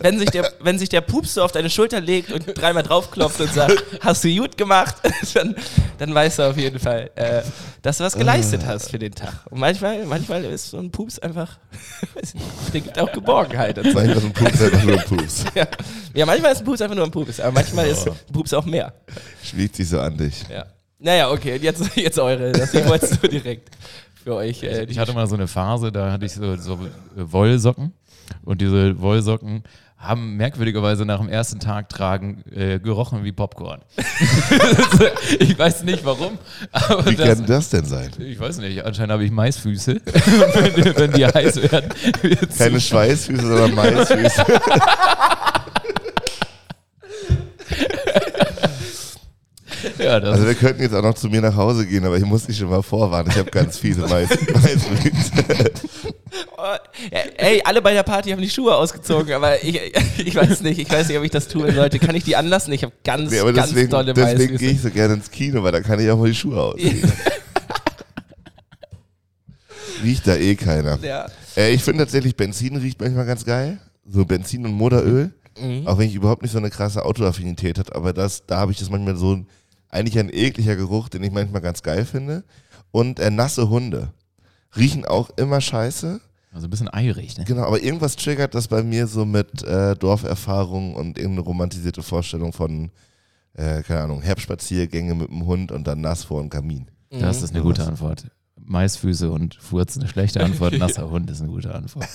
S4: wenn sich, der, wenn sich der Pups so auf deine Schulter legt und dreimal draufklopft und sagt, hast du gut gemacht, dann, dann weißt du auf jeden Fall, äh, dass du was geleistet hast für den Tag. Und manchmal, manchmal ist so ein Pups einfach, weiß nicht, der gibt auch Geborgenheit. Und so.
S5: Manchmal ist ein Pups einfach nur ein Pups.
S4: ja. ja, manchmal ist ein Pups einfach nur ein Pups, aber manchmal ist ein Pups auch mehr.
S5: Schwiegt sich so an dich.
S4: Ja. Naja, okay, und jetzt, jetzt eure, das ich wollte nur direkt für euch. Äh,
S1: Ich hatte mal so eine Phase, da hatte ich so, so äh, Wollsocken und diese Wollsocken haben merkwürdigerweise nach dem ersten Tag tragen äh, gerochen wie Popcorn. ich weiß nicht warum, aber
S5: Wie
S1: das,
S5: kann das denn sein?
S1: ich weiß nicht, anscheinend habe ich Maisfüße. Und wenn, wenn die heiß werden, wird's-
S5: Keine Schweißfüße, sondern Maisfüße.
S1: ja, das
S5: Also wir könnten jetzt auch noch zu mir nach Hause gehen, aber ich muss dich schon mal vorwarnen. Ich habe ganz viele Mais Maisfüße.
S4: Oh, Ey, alle bei der Party haben die Schuhe ausgezogen, aber ich, ich weiß nicht, ich weiß nicht, ob ich das tun sollte. Kann ich die anlassen? Ich habe ganz,
S5: Nee, aber
S4: ganz
S5: deswegen,
S4: tolle
S5: deswegen gehe
S4: Maisfüße.
S5: ich so gerne ins Kino, weil da kann ich auch mal die Schuhe ausziehen. Riecht da eh keiner.
S4: Ja.
S5: Äh, ich finde tatsächlich, Benzin riecht manchmal ganz geil. So Benzin und Motoröl.
S4: Mhm.
S5: Auch wenn ich überhaupt nicht so eine krasse Autoaffinität habe, aber das, da habe ich das manchmal so ein, eigentlich ein ekliger Geruch, den ich manchmal ganz geil finde. Und äh, nasse Hunde riechen auch immer scheiße.
S1: also ein bisschen eirig, ne?
S5: Genau, aber irgendwas triggert das bei mir so mit äh, Dorferfahrung und irgendeine romantisierte Vorstellung von, äh, keine Ahnung, Herbstspaziergänge mit dem Hund und dann nass vor dem Kamin.
S1: Das ist eine gute Antwort. Maisfüße und Furz eine schlechte Antwort, nasser Hund ist eine gute Antwort.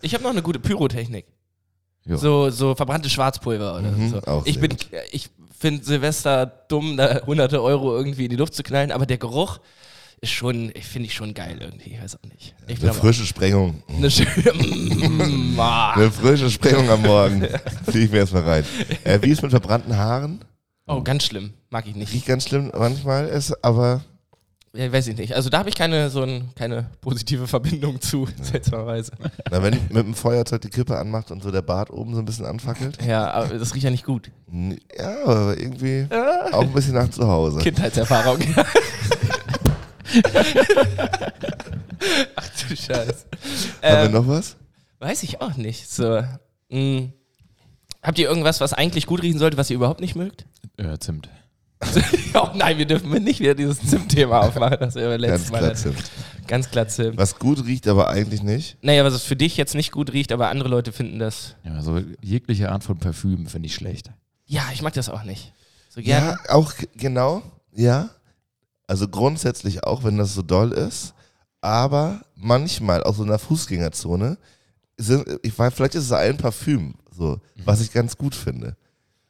S4: Ich habe noch eine gute Pyrotechnik.
S1: Jo.
S4: So, so verbrannte Schwarzpulver oder
S5: Mhm,
S4: so.
S5: auch
S4: ich
S5: sehr
S4: bin, ich finde Silvester dumm, da hunderte Euro irgendwie in die Luft zu knallen, aber der Geruch ist schon, ich finde ich schon geil irgendwie. Ich weiß auch nicht. Ich bin
S5: Eine
S4: aber-
S5: frische Sprengung.
S4: eine Mm, schöne. Ah.
S5: Eine frische Sprengung am Morgen. Ziehe ich mir erstmal rein. Äh, wie ist mit verbrannten Haaren?
S4: oh, ganz schlimm. Mag ich nicht.
S5: Riecht ganz schlimm manchmal, ist aber
S4: Ja, weiß ich nicht. Also da habe ich keine so ein, keine positive Verbindung zu, seltsamerweise.
S5: na, wenn mit dem Feuerzeug die Kippe anmacht und so der Bart oben so ein bisschen anfackelt.
S4: Ja, aber das riecht ja nicht gut.
S5: n- Ja, aber irgendwie
S4: Äh.
S5: auch ein bisschen nach zu Hause.
S4: Kindheitserfahrung. Ach du Scheiße.
S5: Haben
S4: Ähm,
S5: wir noch was?
S4: weiß ich auch nicht. So, mh. Habt ihr irgendwas, was eigentlich gut riechen sollte, was ihr überhaupt nicht mögt?
S1: Äh, Zimt.
S4: oh nein, wir dürfen nicht wieder dieses Zimt-Thema aufmachen, das wir beim
S5: Ganz
S4: letzten Mal
S5: klar.
S4: hatten.
S5: Tim.
S4: Ganz klar Zimt.
S5: Was gut riecht, aber eigentlich nicht.
S4: Naja, was es für dich jetzt nicht gut riecht, aber andere Leute finden das.
S1: Ja, also jegliche Art von Parfüm finde ich schlecht.
S4: Ja, ich mag das auch nicht. So gerne.
S5: Ja, auch g- genau, ja. Also grundsätzlich auch, wenn das so doll ist. Aber manchmal, aus so einer Fußgängerzone, sind, ich weiß, vielleicht ist es ein Parfüm, so, was ich ganz gut finde.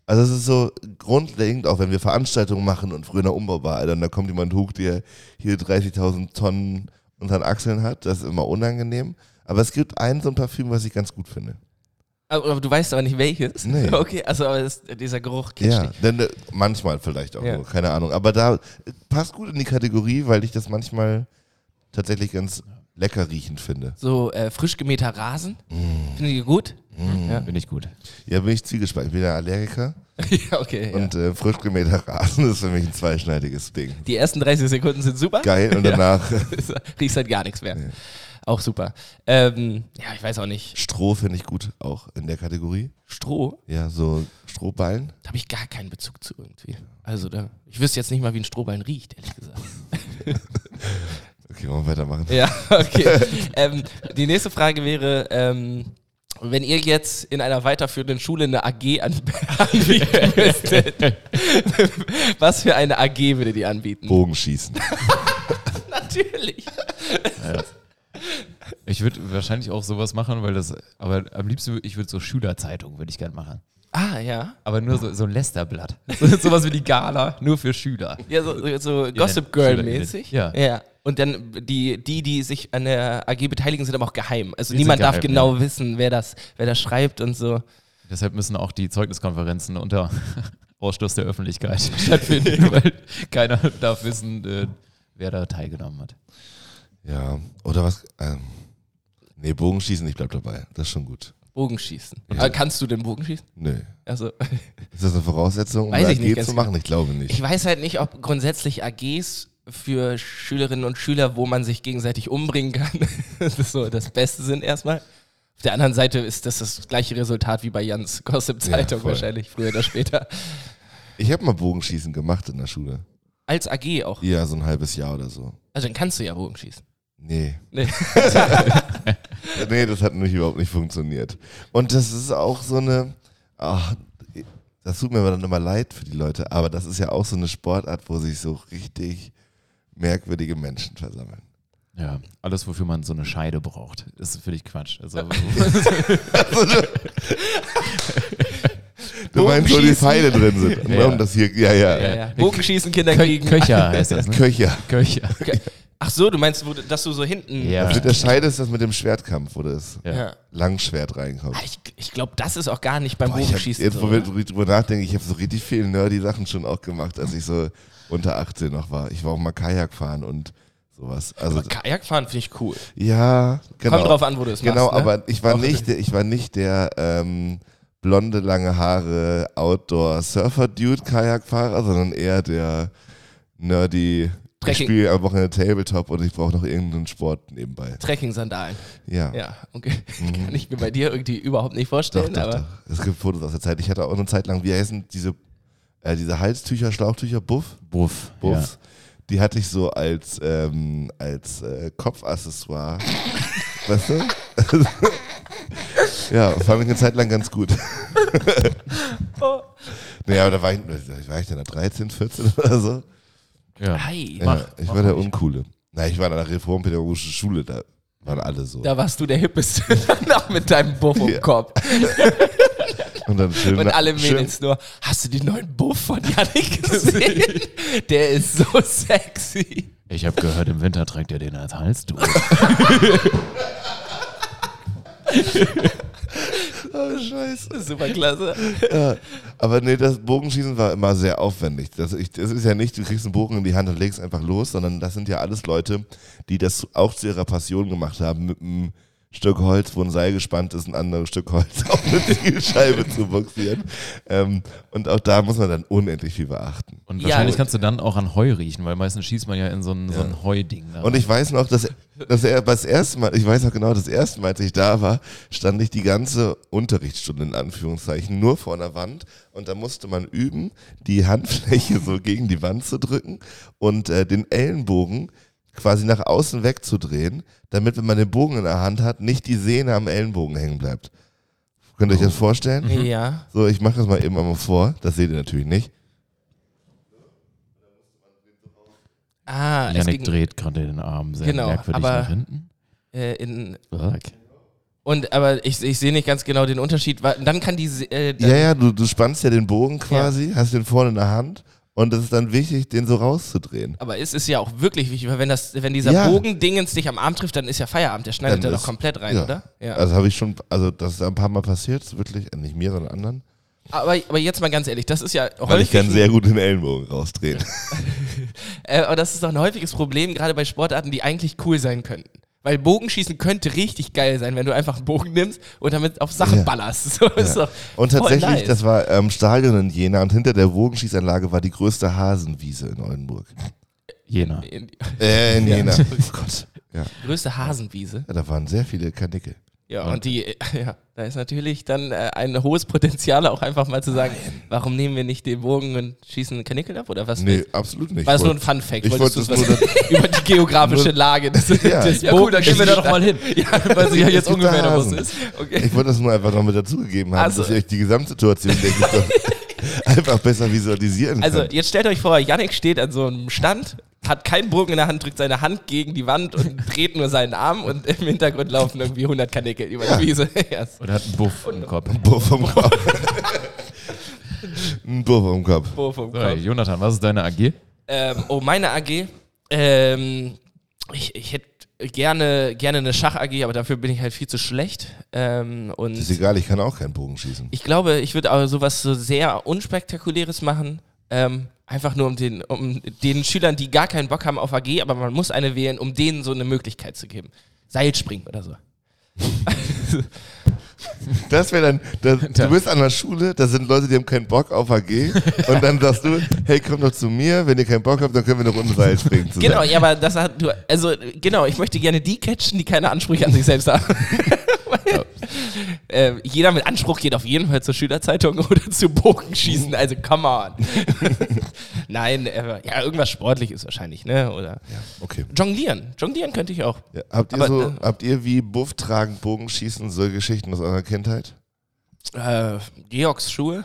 S5: Also es ist so grundlegend, auch wenn wir Veranstaltungen machen und früher in der Umbau war, Alter, und da kommt jemand hoch, der hier 30.000 Tonnen unter den Achseln hat, das ist immer unangenehm. Aber es gibt ein so ein Parfüm, was ich ganz gut finde.
S4: Aber, aber du weißt aber nicht welches.
S5: Nee.
S4: Okay, also aber das, dieser Geruch catcht
S5: Ja,
S4: dich.
S5: denn äh, manchmal vielleicht auch
S4: Ja.
S5: nur, keine Ahnung. Aber da äh, passt gut in die Kategorie, weil ich das manchmal tatsächlich ganz lecker riechend finde.
S4: So äh, frisch gemähter Rasen.
S5: Mm.
S4: Finde ich gut.
S1: Ja. Bin ich gut.
S5: Ja, bin ich zwiegespalten. Ich bin ja Allergiker
S4: ja, okay. Ja.
S5: und äh, frisch gemähter Rasen ist für mich ein zweischneidiges Ding.
S4: Die ersten 30 Sekunden sind super.
S5: Geil und danach
S4: Riechst halt gar nichts mehr. Auch super. Ähm, ja, ich weiß auch nicht.
S5: Stroh finde ich gut, auch in der Kategorie.
S4: Stroh,
S5: Ja, so Strohballen.
S4: da habe ich gar keinen Bezug zu irgendwie. Also da, ich wüsste jetzt nicht mal, wie ein Strohballen riecht, ehrlich gesagt.
S5: Okay, wollen wir weitermachen?
S4: Ja, okay. ähm, die nächste Frage wäre, ähm, wenn ihr jetzt in einer weiterführenden Schule eine AG an anbieten müsstet, was für eine AG würdet ihr
S1: Oh.
S4: anbieten?
S5: Bogenschießen.
S4: Natürlich.
S1: Ich würde wahrscheinlich auch sowas machen, weil das, aber am liebsten, wür- ich würde so Schülerzeitung würde ich gerne machen.
S4: Ah, ja.
S1: Aber nur so, so ein Lästerblatt. So, sowas wie die Gala, nur für Schüler.
S4: Ja, so, so- so Gossip Girl-mäßig.
S1: Ja.
S4: ja. Und dann die, die, die sich an der AG beteiligen, sind aber auch geheim. Also
S1: Die sind
S4: niemand darf
S1: geheim,
S4: genau wissen, wer das, wer das schreibt und so.
S1: Deshalb müssen auch die Zeugniskonferenzen unter Ausschluss der Öffentlichkeit stattfinden, weil keiner darf wissen, äh, wer da teilgenommen hat.
S5: Ja, oder was? Ähm, nee, Bogenschießen, ich bleib dabei. Das ist schon gut.
S4: Bogenschießen. Aber kannst du den Bogen schießen?
S5: Nö.
S4: Also,
S5: Ist das eine Voraussetzung, um
S4: Weiß
S5: eine
S4: ich nicht
S5: AG
S4: ganz
S5: zu machen? Ich glaube nicht.
S4: ich weiß halt nicht, ob grundsätzlich AGs für Schülerinnen und Schüler, wo man sich gegenseitig umbringen kann. Das ist so das Beste sind erstmal. Auf der anderen Seite ist das das gleiche Resultat wie bei Jans Gossip-Zeitung
S5: voll.
S4: wahrscheinlich, früher oder später.
S5: Ich habe mal Bogenschießen gemacht in der Schule.
S4: Als AG auch.
S5: Ja, so ein halbes Jahr oder so.
S4: Also dann kannst du ja Bogen schießen.
S5: Nee.
S4: Nee.
S5: Nee, das hat nämlich überhaupt nicht funktioniert. Und das ist auch so eine. Ach, das tut mir aber dann immer leid für die Leute, aber das ist ja auch so eine Sportart, wo sich so richtig merkwürdige Menschen versammeln.
S1: Ja, alles, wofür man so eine Scheide braucht, ist für dich Quatsch. Also,
S5: Du meinst, wo die
S4: Bogenschießen.
S5: Pfeile drin sind.
S1: Ja.
S5: Ja, das hier, ja, ja.
S4: Ja, ja. Bogenschießen, Kinder
S1: Kö
S4: kriegen.
S1: Köcher heißt das, ne?
S5: Köcher.
S1: Köcher.
S4: Ach so, du meinst, wo du- dass du so hinten.
S1: Ja.
S5: Mit der Scheide ist das mit dem Schwertkampf, wo das
S1: Ja.
S4: Ja.
S5: Langschwert reinkommt.
S4: Ah, Ich, ich glaube, das ist auch gar nicht beim
S5: Boah, ich hab,
S4: Bogenschießen.
S5: jetzt,
S4: so, ne?
S5: wo wir
S4: oder?
S5: drüber nachdenken, ich habe so richtig viele nerdy Sachen schon auch gemacht, als ich so unter 18 noch war. Ich war auch mal Kajak fahren und sowas. Also,
S4: Aber Kajakfahren finde ich cool.
S5: ja, genau.
S4: Kommt drauf an, wo du es
S5: Genau,
S4: machst. ne?
S5: aber ich war
S4: Auch-
S5: nicht, der- ich war nicht der ähm, blonde, lange Haare, Outdoor-Surfer-Dude-Kajakfahrer, sondern eher der nerdy, ich
S4: Trekking.
S5: spiele am Wochenende Tabletop und ich brauche noch irgendeinen Sport nebenbei.
S4: Trekking-Sandalen.
S5: Ja.
S4: Ja, okay. Kann ich mir bei dir irgendwie überhaupt nicht vorstellen,
S5: Doch,
S4: aber.
S5: doch, doch. Es gibt Fotos aus der Zeit. Ich hatte auch eine Zeit lang, wie heißen diese, äh, diese Halstücher, Schlauchtücher, Buff,
S1: Buff.
S5: Buffs. Die hatte ich so als, ähm, als äh, Kopfaccessoire. weißt du? ja, fand ich eine Zeit lang ganz gut.
S4: Oh.
S5: naja, aber da war ich, war ich dann da 13, 14 oder so.
S1: Ja. ja.
S4: Ei,
S5: Ja, ich war der Uncoole. Na, ich war in der reformpädagogischen Schule, da waren alle so.
S4: Da warst du der Hippeste. Noch mit deinem Buff im
S5: Ja.
S4: Kopf.
S5: Und dann schön.
S4: Und alle
S5: schön-
S4: Mädels nur. Hast du den neuen Buff von Janik gesehen? der ist so sexy.
S1: Ich habe gehört, im Winter trägt er den als Halstuch.
S5: Oh, scheiße.
S4: Super klasse.
S5: Aber nee, das Bogenschießen war immer sehr aufwendig. Das, ich, das ist ja nicht, du kriegst einen Bogen in die Hand und legst einfach los, sondern das sind ja alles Leute, die das auch zu ihrer Passion gemacht haben, mit einem Stück Holz, wo ein Seil gespannt ist, ein anderes Stück Holz auf eine Zielscheibe zu boxieren. Ähm, und auch da muss man dann unendlich viel beachten.
S1: Und
S4: Ja,
S1: wahrscheinlich
S4: gut.
S1: kannst du dann auch an Heu riechen, weil meistens schießt man ja in so ein, so ein Heuding. da
S5: Und ich weiß noch, dass, dass er das erste Mal, ich weiß noch genau, das erste Mal, als ich da war, stand ich die ganze Unterrichtsstunde in Anführungszeichen nur vor einer Wand und da musste man üben, die Handfläche so gegen die Wand zu drücken und äh, den Ellenbogen quasi nach außen wegzudrehen, damit, wenn man den Bogen in der Hand hat, nicht die Sehne am Ellenbogen hängen bleibt. Könnt ihr euch das vorstellen?
S4: Ja.
S5: So, ich mache das mal eben einmal vor. Das seht ihr natürlich nicht.
S4: Ah, es
S1: Janik
S4: ging
S1: dreht gerade den Arm sehr
S4: Genau,
S1: merkwürdig
S4: aber-
S1: nach hinten.
S4: äh, in.
S1: Fuck.
S4: Und aber ich, ich sehe nicht ganz genau den Unterschied. Wa- Dann kann die. Se- Äh, dann-
S5: Ja, ja, du, du spannst ja den Bogen quasi, hast den vorne in der Hand und es ist dann wichtig, den so rauszudrehen.
S4: Aber es ist ja auch wirklich wichtig, weil wenn, das, wenn dieser
S5: Ja.
S4: Bogendingens dich am Arm trifft, dann ist ja Feierabend. Der schneidet
S5: Dann
S4: da
S5: ist-
S4: doch komplett rein,
S5: ja.
S4: oder? Ja.
S5: Also habe ich schon, also das ist ein paar Mal passiert, so wirklich, äh, nicht mir, sondern anderen.
S4: aber, aber jetzt mal ganz ehrlich, das ist ja
S5: Weil ich
S4: häufig,
S5: kann sehr gut den Ellenbogen rausdrehen.
S4: äh, aber das ist doch ein häufiges Problem, gerade bei Sportarten, die eigentlich cool sein könnten. Weil Bogenschießen könnte richtig geil sein, wenn du einfach einen Bogen nimmst und damit auf Sachen
S5: Ja.
S4: ballerst. So ist doch
S5: Und
S4: voll
S5: tatsächlich,
S4: nice.
S5: das war ähm, Stadion in Jena und hinter der Bogenschießanlage war die größte Hasenwiese in Oldenburg.
S1: Jena.
S5: Äh, in Jena. Oh Gott. Ja.
S4: größte Hasenwiese.
S5: ja, da waren sehr viele Kanickel.
S4: Ja, und die, ja, da ist natürlich dann äh, ein hohes Potenzial, auch einfach mal zu sagen, warum nehmen wir nicht den Bogen und schießen einen Kanickel ab oder was?
S5: Nee, absolut nicht.
S4: War das nur ein
S5: Wollt-
S4: Fun Fact?
S5: ich
S4: Wolltest
S5: wollte
S4: du
S5: das
S4: was über die geografische
S5: nur-
S4: Lage des,
S5: Ja.
S4: des
S1: Ja, cool, dann gehen wir da
S4: Bogenschießens-
S1: doch mal hin.
S4: Ja, weil sie ja jetzt
S5: Es gibt
S4: ungefähr
S5: da
S4: da was
S5: Hasen.
S4: ist. Okay.
S5: Ich wollte das nur einfach noch mit dazugegeben haben,
S4: Also-
S5: dass ihr euch die Gesamtsituation denke ich, doch einfach besser visualisieren
S4: Also,
S5: könnt.
S4: jetzt stellt euch vor, Yannick steht an so einem Stand, hat keinen Bogen in der Hand, drückt seine Hand gegen die Wand und dreht nur seinen Arm und im Hintergrund laufen irgendwie 100 Kanickel über die Wiese. Ja, so
S1: Und hat einen Buff im Kopf.
S5: Buff am Kopf. ein Buff am Kopf.
S4: Bo vom
S1: So,
S4: Kopf.
S1: Jonathan, was ist deine AG?
S4: Ähm, oh, meine AG. Ähm, ich, ich hätte gerne, gerne eine Schach-AG, aber dafür bin ich halt viel zu schlecht. Ähm,
S5: Ist
S4: und
S5: egal, ich kann auch keinen Bogen schießen.
S4: ich glaube, ich würde aber sowas so sehr unspektakuläres machen. Ähm, einfach nur um den, um den Schülern, die gar keinen Bock haben auf AG, aber man muss eine wählen, um denen so eine Möglichkeit zu geben. Seilspringen oder so.
S5: Das wäre dann, das, du bist an der Schule, da sind Leute, die haben keinen Bock auf AG und dann sagst du, hey, komm doch zu mir, wenn ihr keinen Bock habt, dann können wir eine Runde Seil springen zusammen.
S4: Genau, ja, aber das hat du, also genau, ich möchte gerne die catchen, die keine Ansprüche an sich selbst haben. Weil, äh, jeder mit Anspruch geht auf jeden Fall zur Schülerzeitung oder zu Bogenschießen, also come on. Nein, äh, ja, irgendwas Sportliches wahrscheinlich, ne? Oder
S5: Okay.
S4: jonglieren. Jonglieren könnte ich auch.
S5: Ja, habt, ihr
S4: Aber,
S5: so,
S4: äh,
S5: habt ihr wie Buff tragen, Bogenschießen, so Geschichten aus eurer Kindheit?
S4: Äh, Georgs Schuhe.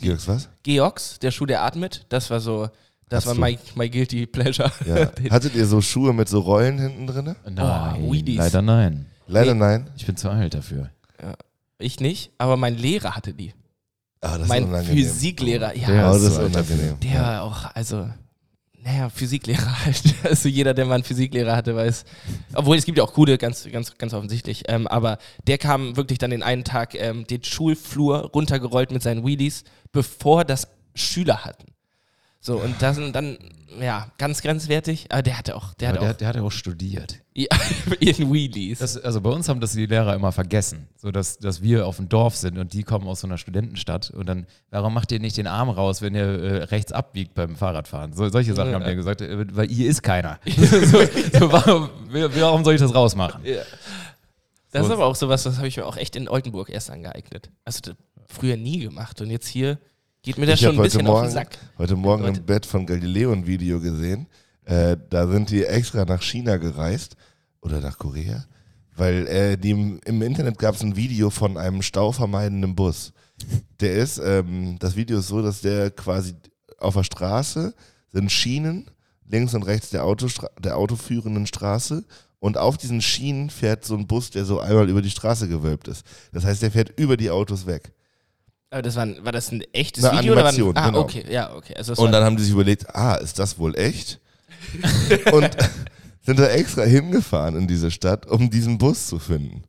S5: Jürgs, was?
S4: Georgs, der Schuh, der atmet, das war so, das
S5: Hast
S4: war
S5: du-
S4: my, my guilty pleasure.
S5: Ja.
S4: Den-
S5: Hattet ihr so Schuhe mit so Rollen hinten drin?
S1: Oh, Nein,
S4: Wheaties.
S1: leider nein.
S5: Leider nein.
S1: Ich bin zu alt dafür.
S4: ich nicht, aber mein Lehrer hatte die.
S5: Ah, das ist
S4: mein
S5: unangenehm.
S4: Physiklehrer, ja.
S5: Oh,
S1: Der
S5: das ist
S1: so, Alter.
S5: unangenehm.
S4: Der war auch, also, naja, Physiklehrer halt. Also jeder, der mal einen Physiklehrer hatte, weiß. Obwohl es gibt ja auch coole, ganz, ganz, ganz offensichtlich. Ähm, aber der kam wirklich dann den einen Tag ähm, den Schulflur runtergerollt mit seinen Wheelies, bevor das Schüler hatten. So, und das sind dann, ja, ganz grenzwertig. Aber der hatte auch, der
S1: Aber
S4: hatte
S1: der,
S4: auch
S1: der hat ja auch studiert.
S4: ja, ihren Wheelies.
S1: Das, also bei uns haben das die Lehrer immer vergessen, so dass, dass wir auf dem Dorf sind und die kommen aus so einer Studentenstadt und dann, warum macht ihr nicht den Arm raus, wenn ihr äh, rechts abbiegt beim Fahrradfahren? So, solche Sachen haben die gesagt, äh, weil hier ist keiner. so, so, warum, warum soll ich das rausmachen?
S4: Äh, Das ist
S1: So.
S4: aber auch sowas, das habe ich mir auch echt in Oldenburg erst angeeignet. Also das früher nie gemacht und jetzt hier geht mir das
S5: Ich hab
S4: schon ein bisschen auf den
S5: Morgen,
S4: Sack.
S5: heute Morgen
S4: Leute.
S5: im Bett von Galileo ein Video gesehen. Äh, da sind die extra nach China gereist oder nach Korea, weil äh, die im, im Internet gab es ein Video von einem stauvermeidenden Bus. Der ist, ähm, das Video ist so, dass der quasi auf der Straße sind Schienen links und rechts der, Autostra der autoführenden Straße und auf diesen Schienen fährt so ein Bus, der so einmal über die Straße gewölbt ist. Das heißt, der fährt über die Autos weg.
S4: Aber das war, ein- war das ein echtes
S5: Eine
S4: Video?
S5: Animation,
S4: oder war ein, ah,
S5: genau.
S4: okay, ja, okay. Also das
S5: Und
S4: war,
S5: dann haben die sich überlegt, ah, ist das wohl echt? und sind da extra hingefahren in diese Stadt, um diesen Bus zu finden.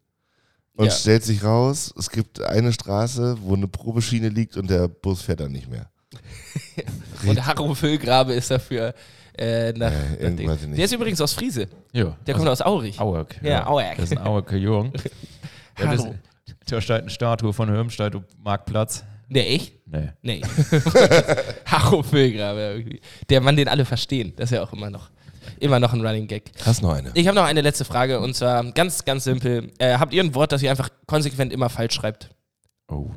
S5: Und
S4: Ja.
S5: stellt sich raus, es gibt eine Straße, wo eine Probeschiene liegt und der Bus fährt dann nicht mehr.
S4: und Harro Füllgrabe ist dafür äh, nach.
S5: Äh,
S4: nach Ding.
S5: irgendwas nicht.
S4: der ist übrigens aus Friese.
S1: Ja,
S4: Der kommt aus Aurich.
S1: Auerk.
S4: Ja, Auerk.
S1: Also Das ist ein Auerker Jung. ja, das,
S4: Hallo.
S1: da steht eine Statue von Hirmstein auf Marktplatz.
S4: Nee, ich?
S1: Nee.
S4: Nee. Harro Füllgrabe. irgendwie. Der Mann, den alle verstehen. Das ist ja auch immer noch, immer noch ein Running Gag.
S5: Hast noch eine?
S4: Ich habe noch eine letzte Frage und zwar ganz, ganz simpel. Äh, habt ihr ein Wort, das ihr einfach konsequent immer falsch schreibt?
S1: Oh.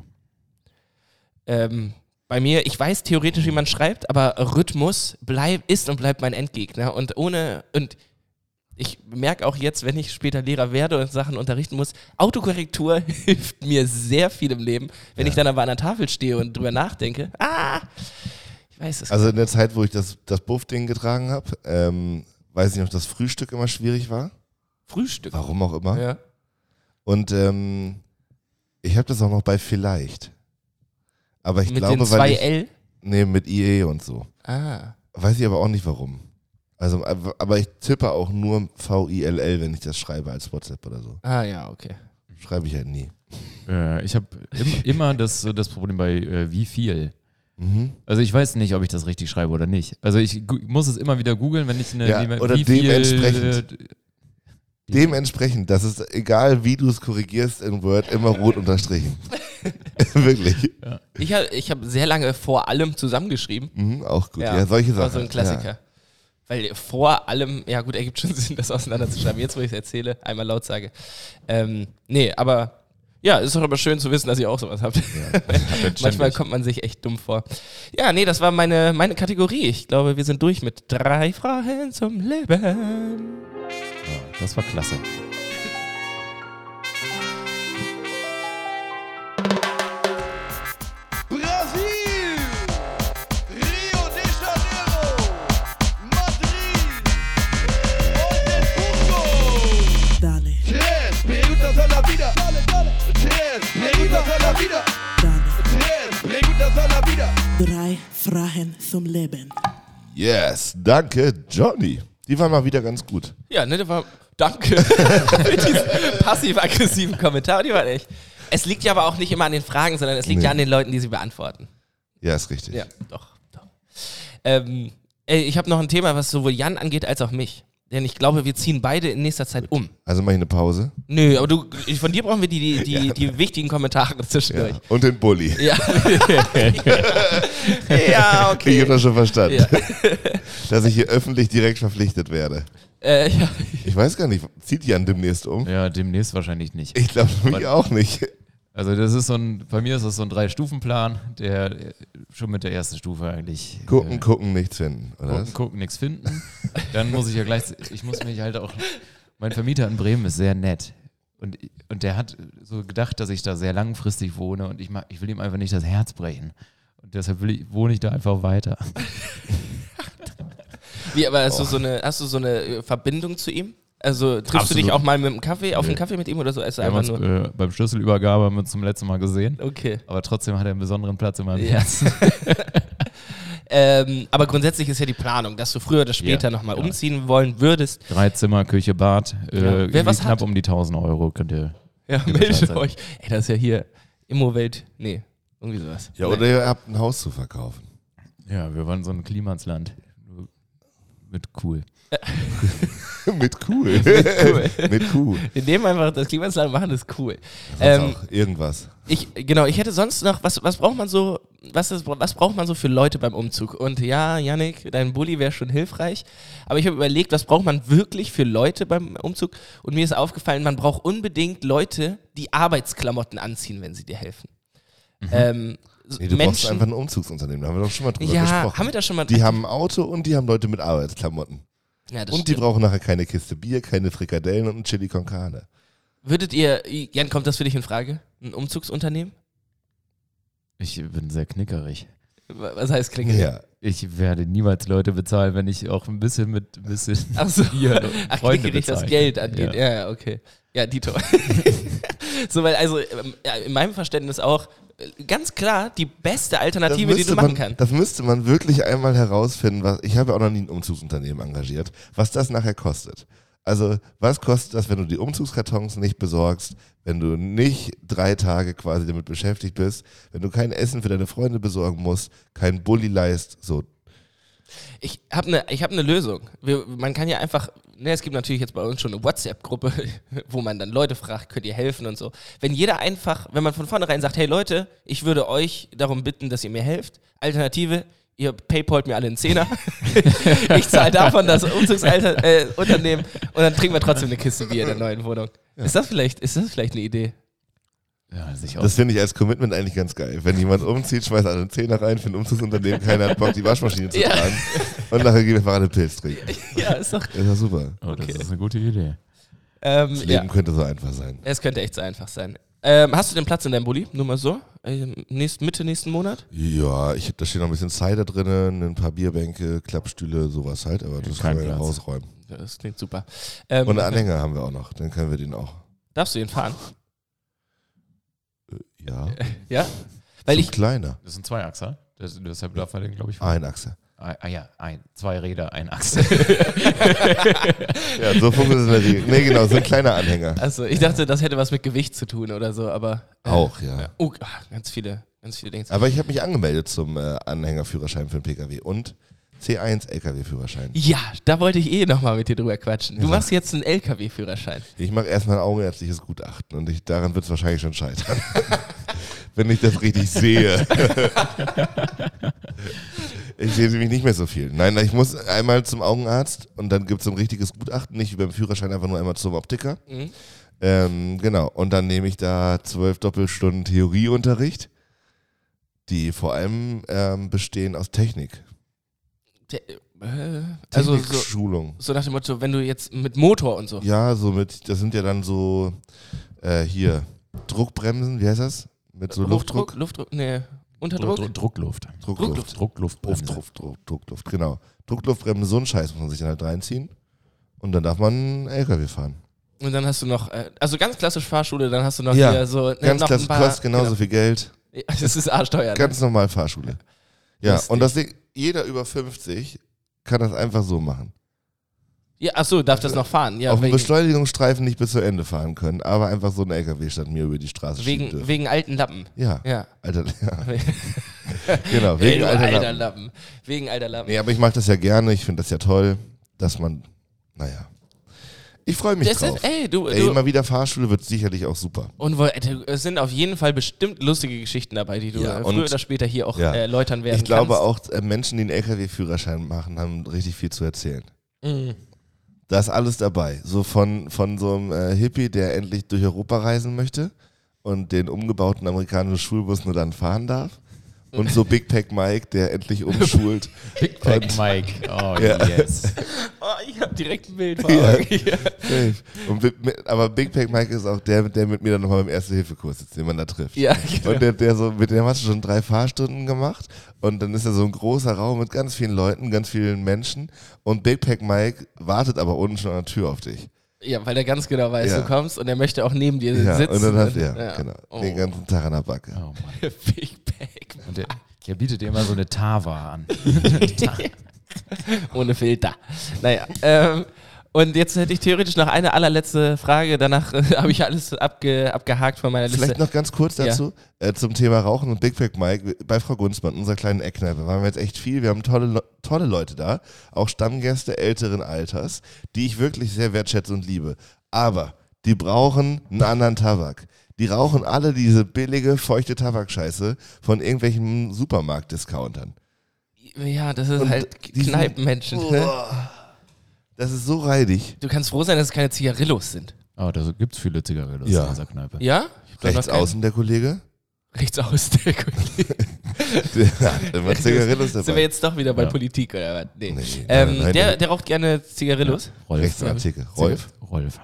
S4: ähm, bei mir, ich weiß theoretisch, wie man schreibt, aber Rhythmus bleib, ist und bleibt mein Endgegner. Und ohne, und ich merke auch jetzt, wenn ich später Lehrer werde und Sachen unterrichten muss, Autokorrektur hilft mir sehr viel im Leben. Wenn ich dann aber an der Tafel stehe und drüber nachdenke, ah, ich weiß es.
S5: Also in der Zeit, wo ich das, das Buff-Ding getragen habe, ähm, weiß ich noch, dass Frühstück immer schwierig war.
S4: Frühstück.
S5: Warum auch immer.
S4: Ja.
S5: Und ähm, ich habe das auch noch bei vielleicht. Aber ich
S4: Mit
S5: glaube,
S4: den
S5: weil
S4: zwei
S5: ich,
S4: L.
S5: nee, mit IE und so.
S4: Ah.
S5: Weiß ich aber auch nicht warum. Also, ab- aber ich tippe auch nur V-I-L-L, wenn ich das schreibe als WhatsApp oder so.
S4: Ah ja, okay.
S5: Schreibe ich halt nie.
S1: Äh, ich habe im, immer das, das Problem bei äh, wie viel.
S5: Mhm.
S1: Also ich weiß nicht, ob ich das richtig schreibe oder nicht. Also ich gu- muss es immer wieder googeln, wenn ich eine
S5: Ja,
S1: wie-
S5: oder
S1: wie viel,
S5: dementsprechend.
S1: äh,
S5: Dementsprechend, das ist egal, wie du es korrigierst in Word, immer rot unterstrichen. Wirklich.
S4: Ich habe ich hab sehr lange vor allem zusammengeschrieben.
S5: Mhm, auch gut. Ja,
S4: Ja,
S5: solche Sachen.
S4: War so ein Klassiker.
S5: Ja.
S4: Weil vor allem, ja gut, ergibt schon Sinn, das auseinanderzuschreiben. Jetzt, wo ich es erzähle, einmal laut sage. Ähm, nee, aber ja, ist doch aber schön zu wissen, dass ihr auch sowas habt.
S5: halt
S4: Manchmal kommt man sich echt dumm vor. Ja, nee, das war meine, meine Kategorie. Ich glaube, wir sind durch mit drei Fragen zum Leben.
S1: Das war klasse.
S2: Brasil, Rio de Janeiro, Madrid, Oldenburgo.
S6: dale,
S2: Tres preguntas a la vida. Tres preguntas a la vida.
S6: dale.
S2: Tres preguntas a la vida.
S6: Drei Fragen zum Leben.
S5: Yes, danke, Johnny. Die waren mal wieder ganz gut.
S4: Ja, ne, das war. Danke für diesen passiv-aggressiven Kommentar. Die war echt. Es liegt ja aber auch nicht immer an den Fragen, sondern es liegt
S5: Nee.
S4: ja an den Leuten, die sie beantworten.
S5: Ja, ist richtig.
S4: Ja, doch. doch. Ähm, ey, ich habe noch ein Thema, was sowohl Jan angeht als auch mich. Denn ich glaube, wir ziehen beide in nächster Zeit um.
S5: Also mache ich eine Pause.
S4: Nö, aber du, von dir brauchen wir die, die, die, die wichtigen Kommentare zwischendurch.
S5: Ja. Und den Bulli.
S4: Ja. ja, okay.
S5: Ich habe das schon verstanden.
S4: Ja.
S5: Dass ich hier öffentlich direkt verpflichtet werde.
S4: Äh, ja.
S5: Ich weiß gar nicht, zieht Jan demnächst um?
S1: Ja, demnächst wahrscheinlich nicht.
S5: Ich glaube nämlich auch nicht.
S1: Also das ist so ein, bei mir ist das so ein Drei-Stufen-Plan, der äh, schon mit der ersten Stufe eigentlich äh,
S5: Gucken, gucken, nichts finden, oder?
S1: gucken,
S5: was?
S1: gucken, nichts finden. Dann muss ich ja gleich, ich muss mich halt auch, mein Vermieter in Bremen ist sehr nett. Und, und der hat so gedacht, dass ich da sehr langfristig wohne und ich, mag, ich will ihm einfach nicht das Herz brechen. Und deshalb will ich, wohne ich da einfach weiter.
S4: Wie, aber hast, du so eine, hast du so eine äh, Verbindung zu ihm? Also triffst du dich
S1: Absolut.
S4: auch mal mit einem Kaffee, auf einen Kaffee mit ihm oder so? Also
S1: Wir haben
S4: einfach
S1: uns,
S4: nur.
S1: äh, beim Schlüsselübergabe haben wir uns zum letzten Mal gesehen.
S4: Okay.
S1: Aber trotzdem hat er einen besonderen Platz in meinem
S4: Ja.
S1: Herzen.
S4: Ähm, aber grundsätzlich ist ja die Planung, dass du früher oder später
S1: Ja,
S4: nochmal
S1: ja.
S4: umziehen wollen würdest.
S1: Drei Zimmer, Küche, Bad. Äh,
S4: Wer
S1: irgendwie
S4: was
S1: knapp
S4: hat?
S1: um die 1000 Euro könnt ihr.
S4: Ja,
S1: Ja,
S4: meldet
S1: Bescheid
S4: euch. Ey, das ist ja hier Immowelt. Nee, irgendwie sowas.
S5: Ja, oder ihr habt ein Haus zu verkaufen.
S1: Ja, wir waren so ein Klimasland. Mit cool.
S5: Mit cool.
S4: Cool.
S5: Mit cool.
S4: Wir nehmen einfach das Klimasland und machen das cool.
S5: Sonst
S4: Ähm,
S5: auch irgendwas.
S4: ich, genau, ich hätte sonst noch, was, was braucht man so, was, ist, was braucht man so für Leute beim Umzug? Und ja, Yannick, dein Bulli wäre schon hilfreich. Aber ich habe überlegt, was braucht man wirklich für Leute beim Umzug? Und mir ist aufgefallen, man braucht unbedingt Leute, die Arbeitsklamotten anziehen, wenn sie dir helfen. Ähm, so
S5: Mhm. Nee, du brauchst
S4: Menschen,
S5: einfach ein Umzugsunternehmen. Da haben wir doch schon mal drüber
S4: ja,
S5: gesprochen.
S4: haben wir da schon mal
S5: die haben ein Auto und die haben Leute mit Arbeitsklamotten.
S4: ja, das
S5: und die
S4: stimmt.
S5: brauchen nachher keine Kiste Bier, keine Frikadellen und ein Chili con Carne.
S4: Würdet ihr, Jan, kommt das für dich in Frage? Ein Umzugsunternehmen?
S1: Ich bin sehr knickerig.
S4: Was heißt Klingel?
S5: Ja.
S1: Ich werde niemals Leute bezahlen, wenn ich auch ein bisschen mit ein bisschen
S4: Ach so.
S1: Bier und
S4: Ach,
S1: Freunde
S4: knicke dich das
S1: bezahlen.
S4: Geld an
S1: Ja.
S4: den. Ja, ja, okay. Ja, Dito. so, weil, also, ähm, ja, in meinem Verständnis auch äh, ganz klar die beste Alternative, die
S5: müsste
S4: du machen
S5: man,
S4: kannst.
S5: Das müsste man wirklich einmal herausfinden. Was, ich habe ja auch noch nie ein Umzugsunternehmen engagiert, was das nachher kostet. Also, was kostet das, wenn du die Umzugskartons nicht besorgst, wenn du nicht drei Tage quasi damit beschäftigt bist, wenn du kein Essen für deine Freunde besorgen musst, kein Bulli leist, so.
S4: Ich habe eine hab ne Lösung. Wir, man kann ja einfach, ne, es gibt natürlich jetzt bei uns schon eine WhatsApp-Gruppe, wo man dann Leute fragt, könnt ihr helfen und so. Wenn jeder einfach, wenn man von vornherein sagt, hey Leute, ich würde euch darum bitten, dass ihr mir helft. Alternative, ihr paypalt mir alle einen Zehner. ich zahle davon das Umzugsunternehmen äh, Unternehmen und dann trinken wir trotzdem eine Kiste Bier in der neuen Wohnung. Ist, das vielleicht, ist das vielleicht eine Idee?
S1: Ja, sich
S5: Das
S1: aus.
S5: finde ich als Commitment eigentlich ganz geil. Wenn jemand umzieht, schmeißt alle einen Zehner rein für ein Umzugsunternehmen, keiner hat Bock, die Waschmaschine zu
S4: Ja.
S5: tragen. Und nachher gehen wir einfach alle Pilz trinken.
S4: Ja, ist doch.
S5: Ist doch super.
S1: Oh, das
S4: okay.
S1: ist eine gute Idee.
S4: Ähm,
S5: Das
S4: ja.
S5: Leben könnte so einfach sein.
S4: Es könnte echt so einfach sein. Ähm, hast du den Platz in deinem Bulli? Nur mal so. Ähm, nächst, Mitte nächsten Monat?
S5: Ja, ich hab, da steht noch ein bisschen Cider drinnen, ein paar Bierbänke, Klappstühle, sowas halt, aber das
S1: Kein
S5: können wir ja
S1: Platz.
S5: rausräumen.
S4: Ja, Das klingt super. Ähm,
S5: Und einen Anhänger haben wir auch noch, dann können wir den auch.
S4: darfst du ihn fahren?
S5: Ja,
S4: Ja? Weil
S5: Zum
S4: ich,
S5: kleiner.
S1: Das sind zwei Achser. Das, deshalb darf man den, glaube ich.
S5: Ein Achse.
S1: Ah, ah ja, ein, zwei Räder, ein Achse.
S5: Ja, so funktioniert es in der Regel. Nee, genau, so ein kleiner Anhänger.
S4: also ich dachte, das hätte was mit Gewicht zu tun oder so, aber. äh,
S5: Auch, ja.
S4: Oh, ah, ganz viele, ganz viele Dinge.
S5: Aber ich habe mich angemeldet zum äh, Anhängerführerschein für den Pkw und C1 Lkw-Führerschein.
S4: Ja, da wollte ich eh nochmal mit dir drüber quatschen. Du machst jetzt einen LKW-Führerschein.
S5: Ich mache erstmal ein augenärztliches Gutachten und ich, daran wird es wahrscheinlich schon scheitern. Wenn ich das richtig sehe. ich sehe nämlich nicht mehr so viel. Nein, ich muss einmal zum Augenarzt und dann gibt es ein richtiges Gutachten, nicht wie beim Führerschein, einfach nur einmal zum Optiker. Ähm, genau, und dann nehme ich da zwölf Doppelstunden Theorieunterricht, die vor allem ähm, bestehen aus Technik.
S4: Der, äh, also so,
S5: Technikschulung.
S4: so nach dem Motto, wenn du jetzt mit Motor und so.
S5: Ja, so mit, das sind ja dann so äh, hier Druckbremsen, wie heißt das? Mit
S4: Äh,
S5: so Luftdruck.
S4: Luftdruck, nee. Unterdruck?
S1: Dru- Dru- Druckluft.
S5: Druckluft.
S1: Druckluft.
S5: Druck, Druck, Druck, Druckluft, genau. Druckluftbremse, so ein Scheiß muss man sich dann halt reinziehen. Und dann darf man einen LKW fahren.
S4: Und dann hast du noch, äh, also ganz klassisch Fahrschule, dann hast du noch
S5: Ja,
S4: hier so. ne,
S5: Ganz
S4: noch
S5: klasse, kostet genauso viel Geld.
S4: Genau. Ja, das ist Arschteuer. Ne?
S5: Ganz normal Fahrschule. Ja,
S4: Lustig.
S5: und das Ding, jeder über 50 kann das einfach so machen.
S4: Ja, achso, darf das noch fahren? Ja,
S5: Auf dem
S4: wegen-
S5: Beschleunigungsstreifen nicht bis zu Ende fahren können, aber einfach so ein LKW statt mir über die Straße schieben
S4: Wegen,
S5: dürfen.
S4: wegen alten Lappen.
S5: ja,
S4: Ja.
S5: Alter, ja. genau, wegen
S4: Ey, du
S5: alter,
S4: alter
S5: Lappen.
S4: Lappen. Wegen alter Lappen.
S5: Nee, aber ich mache das ja gerne, ich finde das ja toll, dass man Naja. Ich freue mich
S4: Das
S5: drauf.
S4: ist, ey, du,
S5: Ey,
S4: du
S5: mal wieder Fahrschule wird sicherlich auch super.
S4: und wo- äh, es sind auf jeden Fall bestimmt lustige Geschichten dabei, die du
S5: Ja,
S4: äh,
S5: und-
S4: früher oder später hier auch
S5: Ja.
S4: äh, erläutern werden
S5: Ich glaube
S4: kannst.
S5: auch, äh, Menschen, die einen LKW-Führerschein machen, haben richtig viel zu erzählen.
S4: Mhm.
S5: Da ist alles dabei. So von, von so einem äh, Hippie, der endlich durch Europa reisen möchte und den umgebauten amerikanischen Schulbus nur dann fahren darf. Und so Big Pack Mike, der endlich umschult.
S1: Big Pack Mike. Oh,
S5: Ja.
S1: yes.
S4: Oh, ich habe direkt ein Bild vor
S5: Ja.
S4: Augen.
S5: Safe. und mit, mit, aber Big Pack Mike ist auch der, der mit mir dann nochmal im Erste-Hilfe-Kurs sitzt, den man da trifft.
S4: Ja,
S5: Und der, der so, mit dem hast du schon drei Fahrstunden gemacht. Und dann ist da so ein großer Raum mit ganz vielen Leuten, ganz vielen Menschen. Und Big Pack Mike wartet aber unten schon an der Tür auf dich.
S4: ja, weil er ganz genau weiß,
S5: Ja.
S4: du kommst und er möchte auch neben dir
S5: Ja,
S4: sitzen.
S5: und dann hast du, ja,
S4: Und-
S5: genau.
S4: Oh.
S5: Den ganzen Tag an der Backe.
S1: Oh, Mann.
S4: Big Bag.
S1: Und der, der bietet dir immer so eine Tava an.
S4: Ohne Filter. Naja. Ähm, und jetzt hätte ich theoretisch noch eine allerletzte Frage. Danach äh, habe ich alles abge, abgehakt von meiner Liste.
S5: Vielleicht noch ganz kurz dazu äh, zum Thema Rauchen und Big Pack Mike. Bei Frau Gunzmann, unserer kleinen Eckkneipe, waren wir jetzt echt viel. Wir haben tolle, Le- tolle Leute da, auch Stammgäste älteren Alters, die ich wirklich sehr wertschätze und liebe. Aber die brauchen einen anderen Tabak. Die rauchen alle diese billige, feuchte Tabakscheiße von irgendwelchen Supermarkt-Discountern.
S4: ja, das ist
S5: Und
S4: halt
S5: die sind-
S4: Kneipenmenschen. Ne?
S5: Boah. Das ist so reidig.
S4: Du kannst froh sein, dass es keine Zigarillos sind.
S1: Oh, da gibt es viele Zigarillos
S5: Ja.
S1: in dieser Kneipe.
S4: Ja? Ich hab da noch
S5: Rechts
S4: keinen-
S5: außen der Kollege.
S4: Rechts außen. Der Kollege.
S5: Der hat immer Zigarillos
S4: Sind wir
S5: dabei.
S4: jetzt doch wieder bei
S1: Ja.
S4: Politik oder was? Nee.
S5: Nee, nein,
S4: ähm,
S5: nein,
S4: der,
S5: nein.
S4: der raucht gerne Zigarillos.
S5: Rechts
S1: Rolf.
S5: in der Theke. Rolf.
S1: Rolf.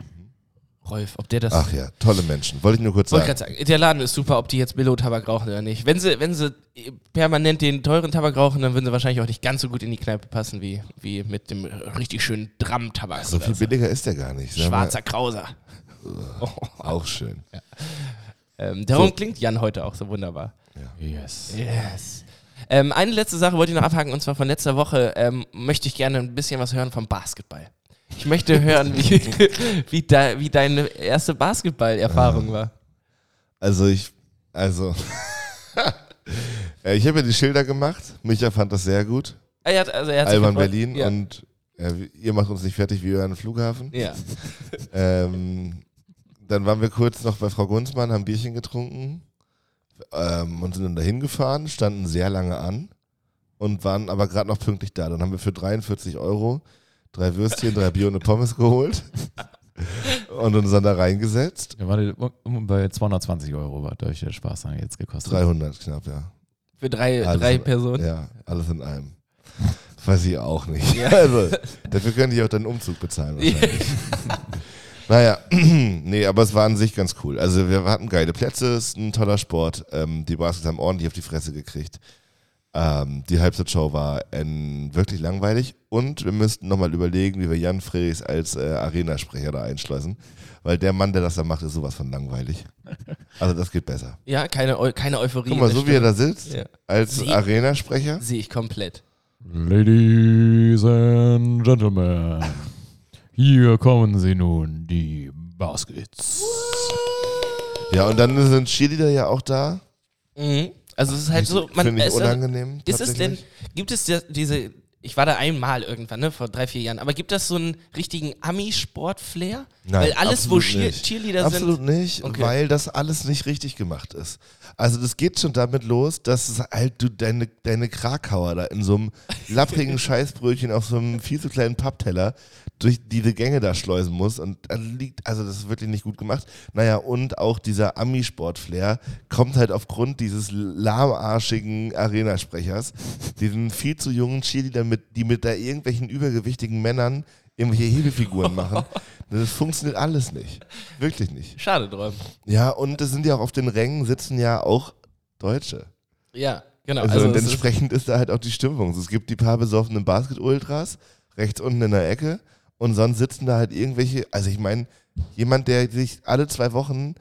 S4: Rolf, ob der das.
S5: Ach ja, tolle Menschen. Wollte ich nur kurz
S4: Wollte
S5: sagen.
S4: gerade sagen, der Laden ist super, ob die jetzt Billo-Tabak rauchen oder nicht. Wenn sie, wenn sie permanent den teuren Tabak rauchen, dann würden sie wahrscheinlich auch nicht ganz so gut in die Kneipe passen wie, wie mit dem richtig schönen Dram-Tabak.
S5: So viel billiger ist der gar nicht. Sag mal,
S4: Schwarzer Krauser. Oh.
S5: Auch schön.
S4: Ähm, darum klingt Jan heute auch so wunderbar.
S1: Yes.
S4: Yes. Ähm, eine letzte Sache wollte ich noch abhaken und zwar von letzter Woche ähm, möchte ich gerne ein bisschen was hören vom Basketball. Ich möchte hören, wie, wie, de, wie deine erste Basketball-Erfahrung war.
S5: Also ich, also Äh, ich habe ja die Schilder gemacht. Micha fand das sehr gut.
S4: Er hat, also er hat sich
S5: Alban
S4: gefreut.
S5: Berlin
S4: ja.
S5: und ja, wie- ihr macht uns nicht fertig wie euren Flughafen.
S4: Ja.
S5: Ähm, dann waren wir kurz noch bei Frau Gunzmann, haben Bierchen getrunken ähm, und sind dann dahin gefahren, standen sehr lange an und waren aber gerade noch pünktlich da. Dann haben wir für 43 Euro drei Würstchen, drei Bier und eine Pommes geholt und uns dann da reingesetzt.
S1: Ja, warte, um- um- bei 220 Euro hat euch der Spaß dann jetzt gekostet.
S5: 300 knapp, ja.
S4: Für drei,
S5: Alles
S4: drei
S5: in-
S4: Personen.
S5: Ja, alles in einem. Weiß ich auch nicht. Also, dafür könnte ich auch deinen Umzug bezahlen wahrscheinlich. naja, nee, aber es war an sich ganz cool. Also wir hatten geile Plätze, es ist ein toller Sport. Ähm, die Baskets haben ordentlich auf die Fresse gekriegt. Ähm, die Halbzeitshow war ähm, wirklich langweilig und wir müssten nochmal überlegen, wie wir Jan Friedrichs als äh, Arenasprecher da einschleusen, weil der Mann, der das da macht, ist sowas von langweilig. Also das geht besser.
S4: Ja, keine, Eu keine Euphorie.
S5: Guck mal, so wie er da sitzt,
S4: Ja.
S5: als
S4: Sie-
S5: Arenasprecher.
S4: Sehe ich komplett.
S1: Ladies and Gentlemen, hier kommen sie nun, die Baskets.
S5: Ja, und dann sind Cheerleader ja auch da.
S4: Mhm. Also es ist halt so, man
S5: Finde ich
S4: es ist-
S5: unangenehm.
S4: Ist es denn,
S5: tatsächlich.
S4: gibt es ja diese, ich war da einmal irgendwann, ne, vor drei, vier Jahren, aber gibt das so einen richtigen Ami-Sport-Flair?
S5: Nein,
S4: Weil alles, wo
S5: absolut
S4: Cheer
S5: nicht.
S4: Cheerleader
S5: Absolut
S4: sind.
S5: nicht,
S4: Okay.
S5: weil das alles nicht richtig gemacht ist. Also das geht schon damit los, dass es halt du deine, deine Krakauer da in so einem lapprigen Scheißbrötchen auf so einem viel zu kleinen Pappteller durch diese Gänge da schleusen musst. Und da liegt, also das ist wirklich nicht gut gemacht. Naja, und auch dieser Ami-Sport-Flair kommt halt aufgrund dieses lahmarschigen Arenasprechers, diesen viel zu jungen Cheerleader, mit, die mit da irgendwelchen übergewichtigen Männern irgendwelche Hebefiguren machen. Das funktioniert alles nicht. Wirklich nicht.
S4: Schade drum.
S5: Ja, und es sind ja auch auf den Rängen sitzen ja auch Deutsche.
S4: Ja, genau.
S5: Also, und
S4: es ist-
S5: entsprechend ist da halt auch die Stimmung. Es gibt die paar besoffenen Basket-Ultras rechts unten in der Ecke und sonst sitzen da halt irgendwelche, also ich meine, jemand, der sich alle zwei Wochen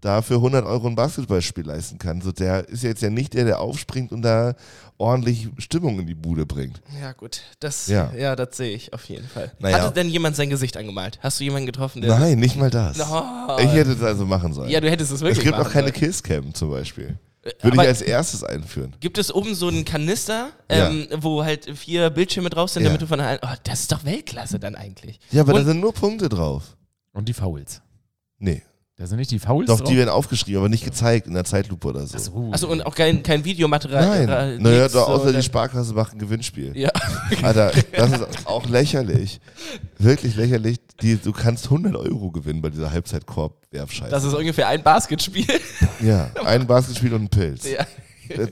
S5: da für 100 Euro ein Basketballspiel leisten kann, so der ist jetzt ja nicht der, der aufspringt und da ordentlich Stimmung in die Bude bringt.
S4: ja, gut. Das, ja.
S5: Ja.
S4: das sehe ich auf jeden Fall.
S5: Naja.
S4: Hatte denn jemand sein Gesicht angemalt? Hast du jemanden getroffen, der.
S5: Nein, nicht mal das.
S4: Oh.
S5: Ich hätte es also machen sollen.
S4: Ja, du hättest es wirklich
S5: es gibt auch
S4: machen
S5: keine
S4: sollen.
S5: Kisscam zum Beispiel. Würde
S4: aber-
S5: ich als erstes einführen.
S4: Gibt es oben so einen Kanister, ähm, wo halt vier Bildschirme drauf sind,
S5: Ja.
S4: damit du von der einen. Oh, das ist doch Weltklasse dann eigentlich.
S5: Ja, aber
S4: Und-
S5: da sind nur Punkte drauf.
S1: Und die Fouls.
S5: Nee.
S1: Da sind nicht die Fouls
S5: Doch,
S1: drauf?
S5: die werden aufgeschrieben, aber nicht gezeigt in der Zeitlupe oder so.
S1: Ach so.
S4: Achso, und auch kein, kein Videomaterial.
S5: Mhm. Nein.
S4: äh,
S5: Naja,
S4: nix,
S5: doch, außer
S4: so,
S5: die Sparkasse macht ein Gewinnspiel.
S4: Ja.
S5: Alter, das ist auch lächerlich. Wirklich lächerlich. Die, du kannst 100 Euro gewinnen bei dieser Halbzeitkorb-Werfscheiße.
S4: Das ist ungefähr ein Basketspiel.
S5: Ja, ein Basketspiel und ein Pilz.
S4: Ja.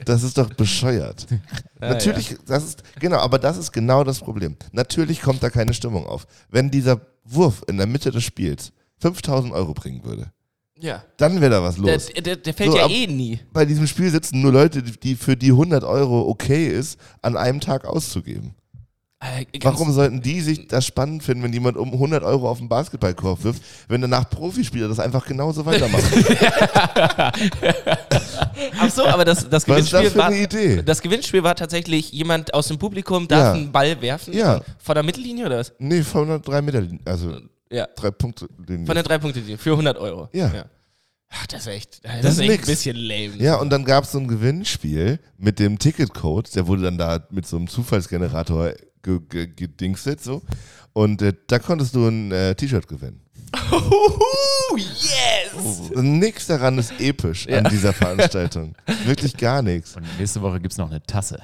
S5: Das ist doch bescheuert. Natürlich, das ist, genau, aber das ist genau das Problem. Natürlich kommt da keine Stimmung auf. Wenn dieser Wurf in der Mitte des Spiels 5000 Euro bringen würde,
S4: ja.
S5: dann wäre da was
S4: Der,
S5: los.
S4: der, der fällt
S5: So,
S4: ja
S5: ab-
S4: eh nie.
S5: Bei diesem Spiel sitzen nur Leute, die- die für die 100 Euro okay ist, an einem Tag auszugeben.
S4: Äh, ganz-
S5: Warum sollten die sich das spannend finden, wenn jemand um 100 Euro auf den Basketballkorb wirft, wenn danach Profispieler das einfach genauso weitermachen?
S4: Ach so, aber das, das,
S5: Was ist
S4: Gewinnspiel
S5: das für
S4: war,
S5: eine Idee?
S4: das Gewinnspiel war tatsächlich, jemand aus dem Publikum darf
S5: Ja.
S4: einen Ball werfen.
S5: Ja.
S4: Vor der Mittellinie oder was?
S5: Nee, von der 3 Meter, Linie, also
S4: Ja.
S5: 3 Punkte.
S4: Von der Drei-Punkte-Linie für 100 Euro.
S5: Ja.
S4: Ach, das ist echt, das
S5: Das
S4: ist
S5: ist
S4: echt ein
S5: nix.
S4: bisschen lame.
S5: Ja, und dann gab es so ein Gewinnspiel mit dem Ticketcode, der wurde dann da mit so einem Zufallsgenerator ge ge gedingstet so. Und äh, da konntest du ein äh, T-Shirt gewinnen.
S4: Huhu,
S5: Oh.
S4: yes!
S5: Nix daran ist episch an dieser Veranstaltung. Wirklich gar nichts.
S1: Und nächste Woche gibt es noch eine Tasse.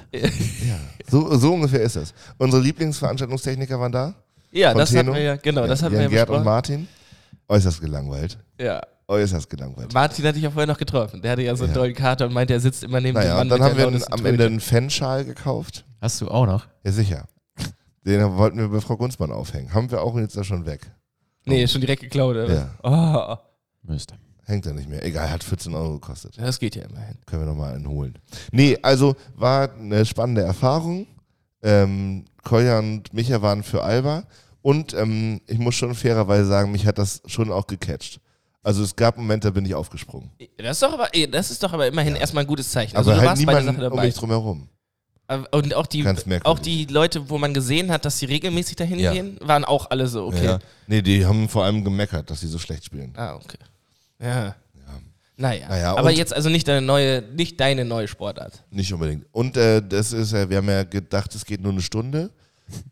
S5: So, so ungefähr ist das. Unsere Lieblingsveranstaltungstechniker waren da.
S4: Ja, das hatten
S5: Container.
S4: wir ja, genau, das
S5: Ja,
S4: hatten wir
S5: Jan
S4: ja
S5: Gerd und
S4: besprochen.
S5: Martin. Äußerst gelangweilt.
S4: Ja.
S5: Äußerst gelangweilt.
S4: Martin hatte ich ja vorher noch getroffen. Der hatte ja so einen
S5: Ja.
S4: tollen Kater und meinte, er sitzt immer neben dem
S5: Naja,
S4: Mann.
S5: und dann
S4: mit
S5: haben
S4: der
S5: wir einen,
S4: lautesten
S5: am Ende
S4: Tröte.
S5: einen Fanschal gekauft.
S1: Hast du auch noch?
S5: Ja, sicher. Den wollten wir bei Frau Gunzmann aufhängen. Haben wir auch und jetzt da schon weg.
S4: Nee, schon direkt geklaut, oder?
S5: Ja.
S4: was? Oh,
S1: Müsste.
S5: Hängt er nicht mehr. Egal, hat 14 Euro gekostet.
S4: das geht ja immerhin.
S5: Können wir nochmal einen holen. Nee, also war eine spannende Erfahrung. Ähm, Koya und Micha waren für Alba. Und ähm, ich muss schon fairerweise sagen, mich hat das schon auch gecatcht. Also es gab Momente, da bin ich aufgesprungen.
S4: Das ist doch aber, eh, das ist doch aber immerhin erstmal ein gutes Zeichen. Also
S5: Aber
S4: du
S5: halt
S4: warst bei der
S5: niemand
S4: Sache
S5: um
S4: dabei.
S5: mich drumherum.
S4: Aber- Und auch die,
S5: Ganz merkwürdig.
S4: auch die Leute, wo man gesehen hat, dass sie regelmäßig dahin
S5: Ja.
S4: gehen, waren auch alle so, okay.
S5: Ja. Nee, die haben vor allem gemeckert, dass sie so schlecht spielen.
S4: Ah, okay. Ja. Naja.
S5: Naja,
S4: aber
S5: und-
S4: jetzt also nicht deine neue, nicht deine neue Sportart.
S5: Nicht unbedingt. Und äh, das ist ja, wir haben ja gedacht, es geht nur eine Stunde,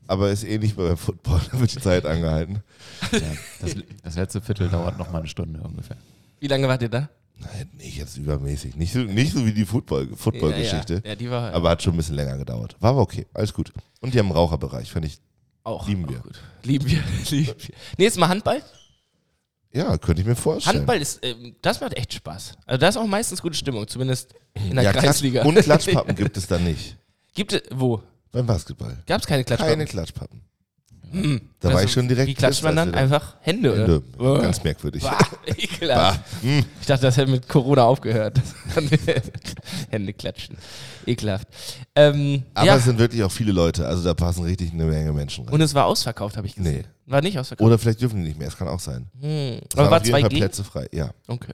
S5: aber ist ähnlich wie beim Football, da wird die Zeit angehalten.
S1: Das, das letzte Viertel dauert noch mal eine Stunde ungefähr.
S4: Wie lange wart ihr da?
S5: Nein, nicht Äh, jetzt übermäßig. Nicht so, nicht so wie die Football- Football-Geschichte.
S4: Ja, ja. ja, die war
S5: Aber hat schon ein bisschen länger gedauert. War aber okay, alles gut. Und die haben einen Raucherbereich, fand ich.
S4: auch.
S5: lieben
S4: auch
S5: wir.
S4: Gut. Lieben wir. Lieben wir. Nächstes Mal Handball.
S5: Ja, könnte ich mir vorstellen.
S4: Handball ist, ähm, das macht echt Spaß. Also da ist auch meistens gute Stimmung, zumindest in der
S5: ja, Klatsch-
S4: Kreisliga.
S5: Und Klatschpappen gibt es da nicht.
S4: Gibt es, wo?
S5: Beim Basketball.
S4: Gab es keine Klatschpappen?
S5: Keine Klatschpappen.
S4: Hm.
S5: Da war ich schon direkt.
S4: Wie klatscht man dann? Also, äh,
S5: pisst, als
S4: Einfach Hände,
S5: wir
S4: oder?
S5: da- Nö, Ganz merkwürdig.
S4: Bah, ekelhaft.
S5: Bah. Hm.
S4: Ich dachte, das hätte mit Corona aufgehört. Hände klatschen. Ekelhaft. Ähm,
S5: Aber
S4: ja.
S5: es sind wirklich auch viele Leute, also da passen richtig eine Menge Menschen rein.
S4: Und es war ausverkauft, habe ich gesehen.
S5: Nee.
S4: War nicht ausverkauft.
S5: Oder vielleicht dürfen die nicht mehr, es kann auch sein.
S4: Hm.
S5: Es
S4: Aber
S5: waren
S4: war
S5: auf jeden Fall
S4: 2G?
S5: Plätze frei, ja.
S4: Okay.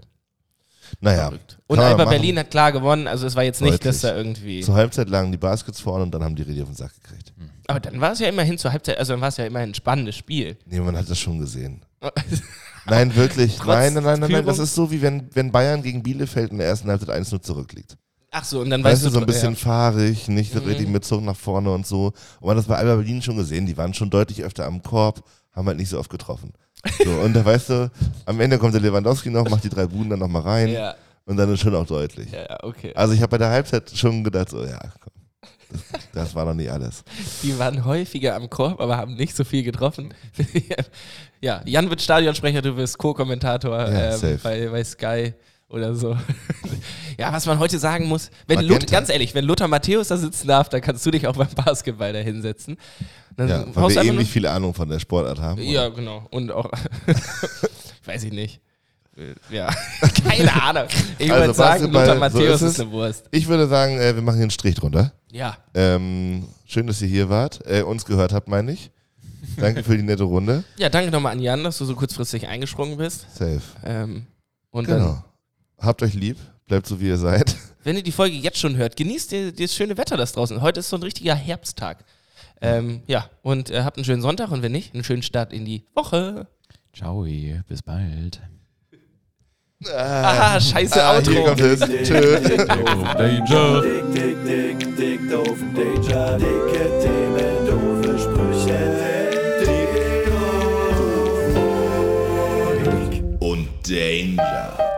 S5: Naja.
S4: Und
S5: kann man
S4: Alba
S5: machen.
S4: Berlin hat klar gewonnen, also es war jetzt nicht, dass da
S5: Deutlich.
S4: irgendwie.
S5: Zur Halbzeit lagen die Baskets vorne und dann haben die Rede auf den Sack gekriegt.
S4: Aber dann war es ja immerhin zur Halbzeit, also dann war es ja immerhin ein spannendes Spiel.
S5: Nee, man hat das schon gesehen. Nein, wirklich. Nein, nein, nein, nein, nein.
S4: Führung?
S5: Das ist so, wie wenn, wenn Bayern gegen Bielefeld in der ersten Halbzeit 1 nur zurückliegt.
S4: Ach so, und dann
S5: Weißt,
S4: weißt,
S5: du, so ein
S4: ja. Mhm.
S5: bisschen fahrig, nicht so richtig mit Zug nach vorne und so. Und man hat das bei Alba Berlin schon gesehen, die waren schon deutlich öfter am Korb, haben halt nicht so oft getroffen. So, und da weißt du, am Ende kommt der Lewandowski noch, macht die drei Buden dann nochmal rein
S4: Ja,
S5: und dann ist schon auch deutlich.
S4: ja, ja, okay.
S5: Also ich habe bei der Halbzeit schon gedacht, so, ja, komm, das, das war noch nicht alles.
S4: Die waren häufiger am Korb, aber haben nicht so viel getroffen. ja, Jan wird Stadionsprecher, du bist Co-Kommentator
S5: Ja,
S4: ähm,
S5: safe.
S4: bei, bei Sky oder so. ja, was man heute sagen muss, wenn
S5: Magenta.
S4: Lut, ganz ehrlich, wenn Lothar Matthäus da sitzen darf, dann kannst du dich auch beim Basketball da hinsetzen. Dann
S5: Ja,
S4: haust
S5: weil wir
S4: du einfach
S5: ähnlich viel Ahnung von der Sportart haben.
S4: nur-
S5: oder?
S4: ja, genau. Und auch, weiß ich nicht. Äh, Ja, keine Ahnung. Ich
S5: Also
S4: würde sagen,
S5: Basketball,
S4: Lothar
S5: so
S4: Matthäus
S5: ist es.
S4: ist eine Wurst.
S5: Ich würde sagen, äh, wir machen hier einen Strich drunter.
S4: Ja,
S5: Ähm, schön, dass ihr hier wart, äh, uns gehört habt, meine ich. Danke für die nette Runde.
S4: ja danke nochmal an Jan, dass du so kurzfristig eingesprungen bist.
S5: Safe.
S4: Ähm, und dann
S5: Genau. Habt euch lieb, bleibt so wie ihr seid.
S4: Wenn ihr die Folge jetzt schon hört, genießt ihr das schöne Wetter, das draußen. Heute ist so ein richtiger Herbsttag. Ähm, ja, und äh, habt einen schönen Sonntag
S1: eh.
S4: und wenn nicht, einen schönen Start in die Woche.
S1: Ciao, bis bald.
S4: Aha, scheiße
S5: Ah, hier
S4: Outro.
S5: kommt es. Tschö.
S1: Danger.
S2: Dick, dick, dick, dick, doof, Danger. Dicke Themen, doofe Sprüche. Dick, doof und Dick.
S7: und Danger.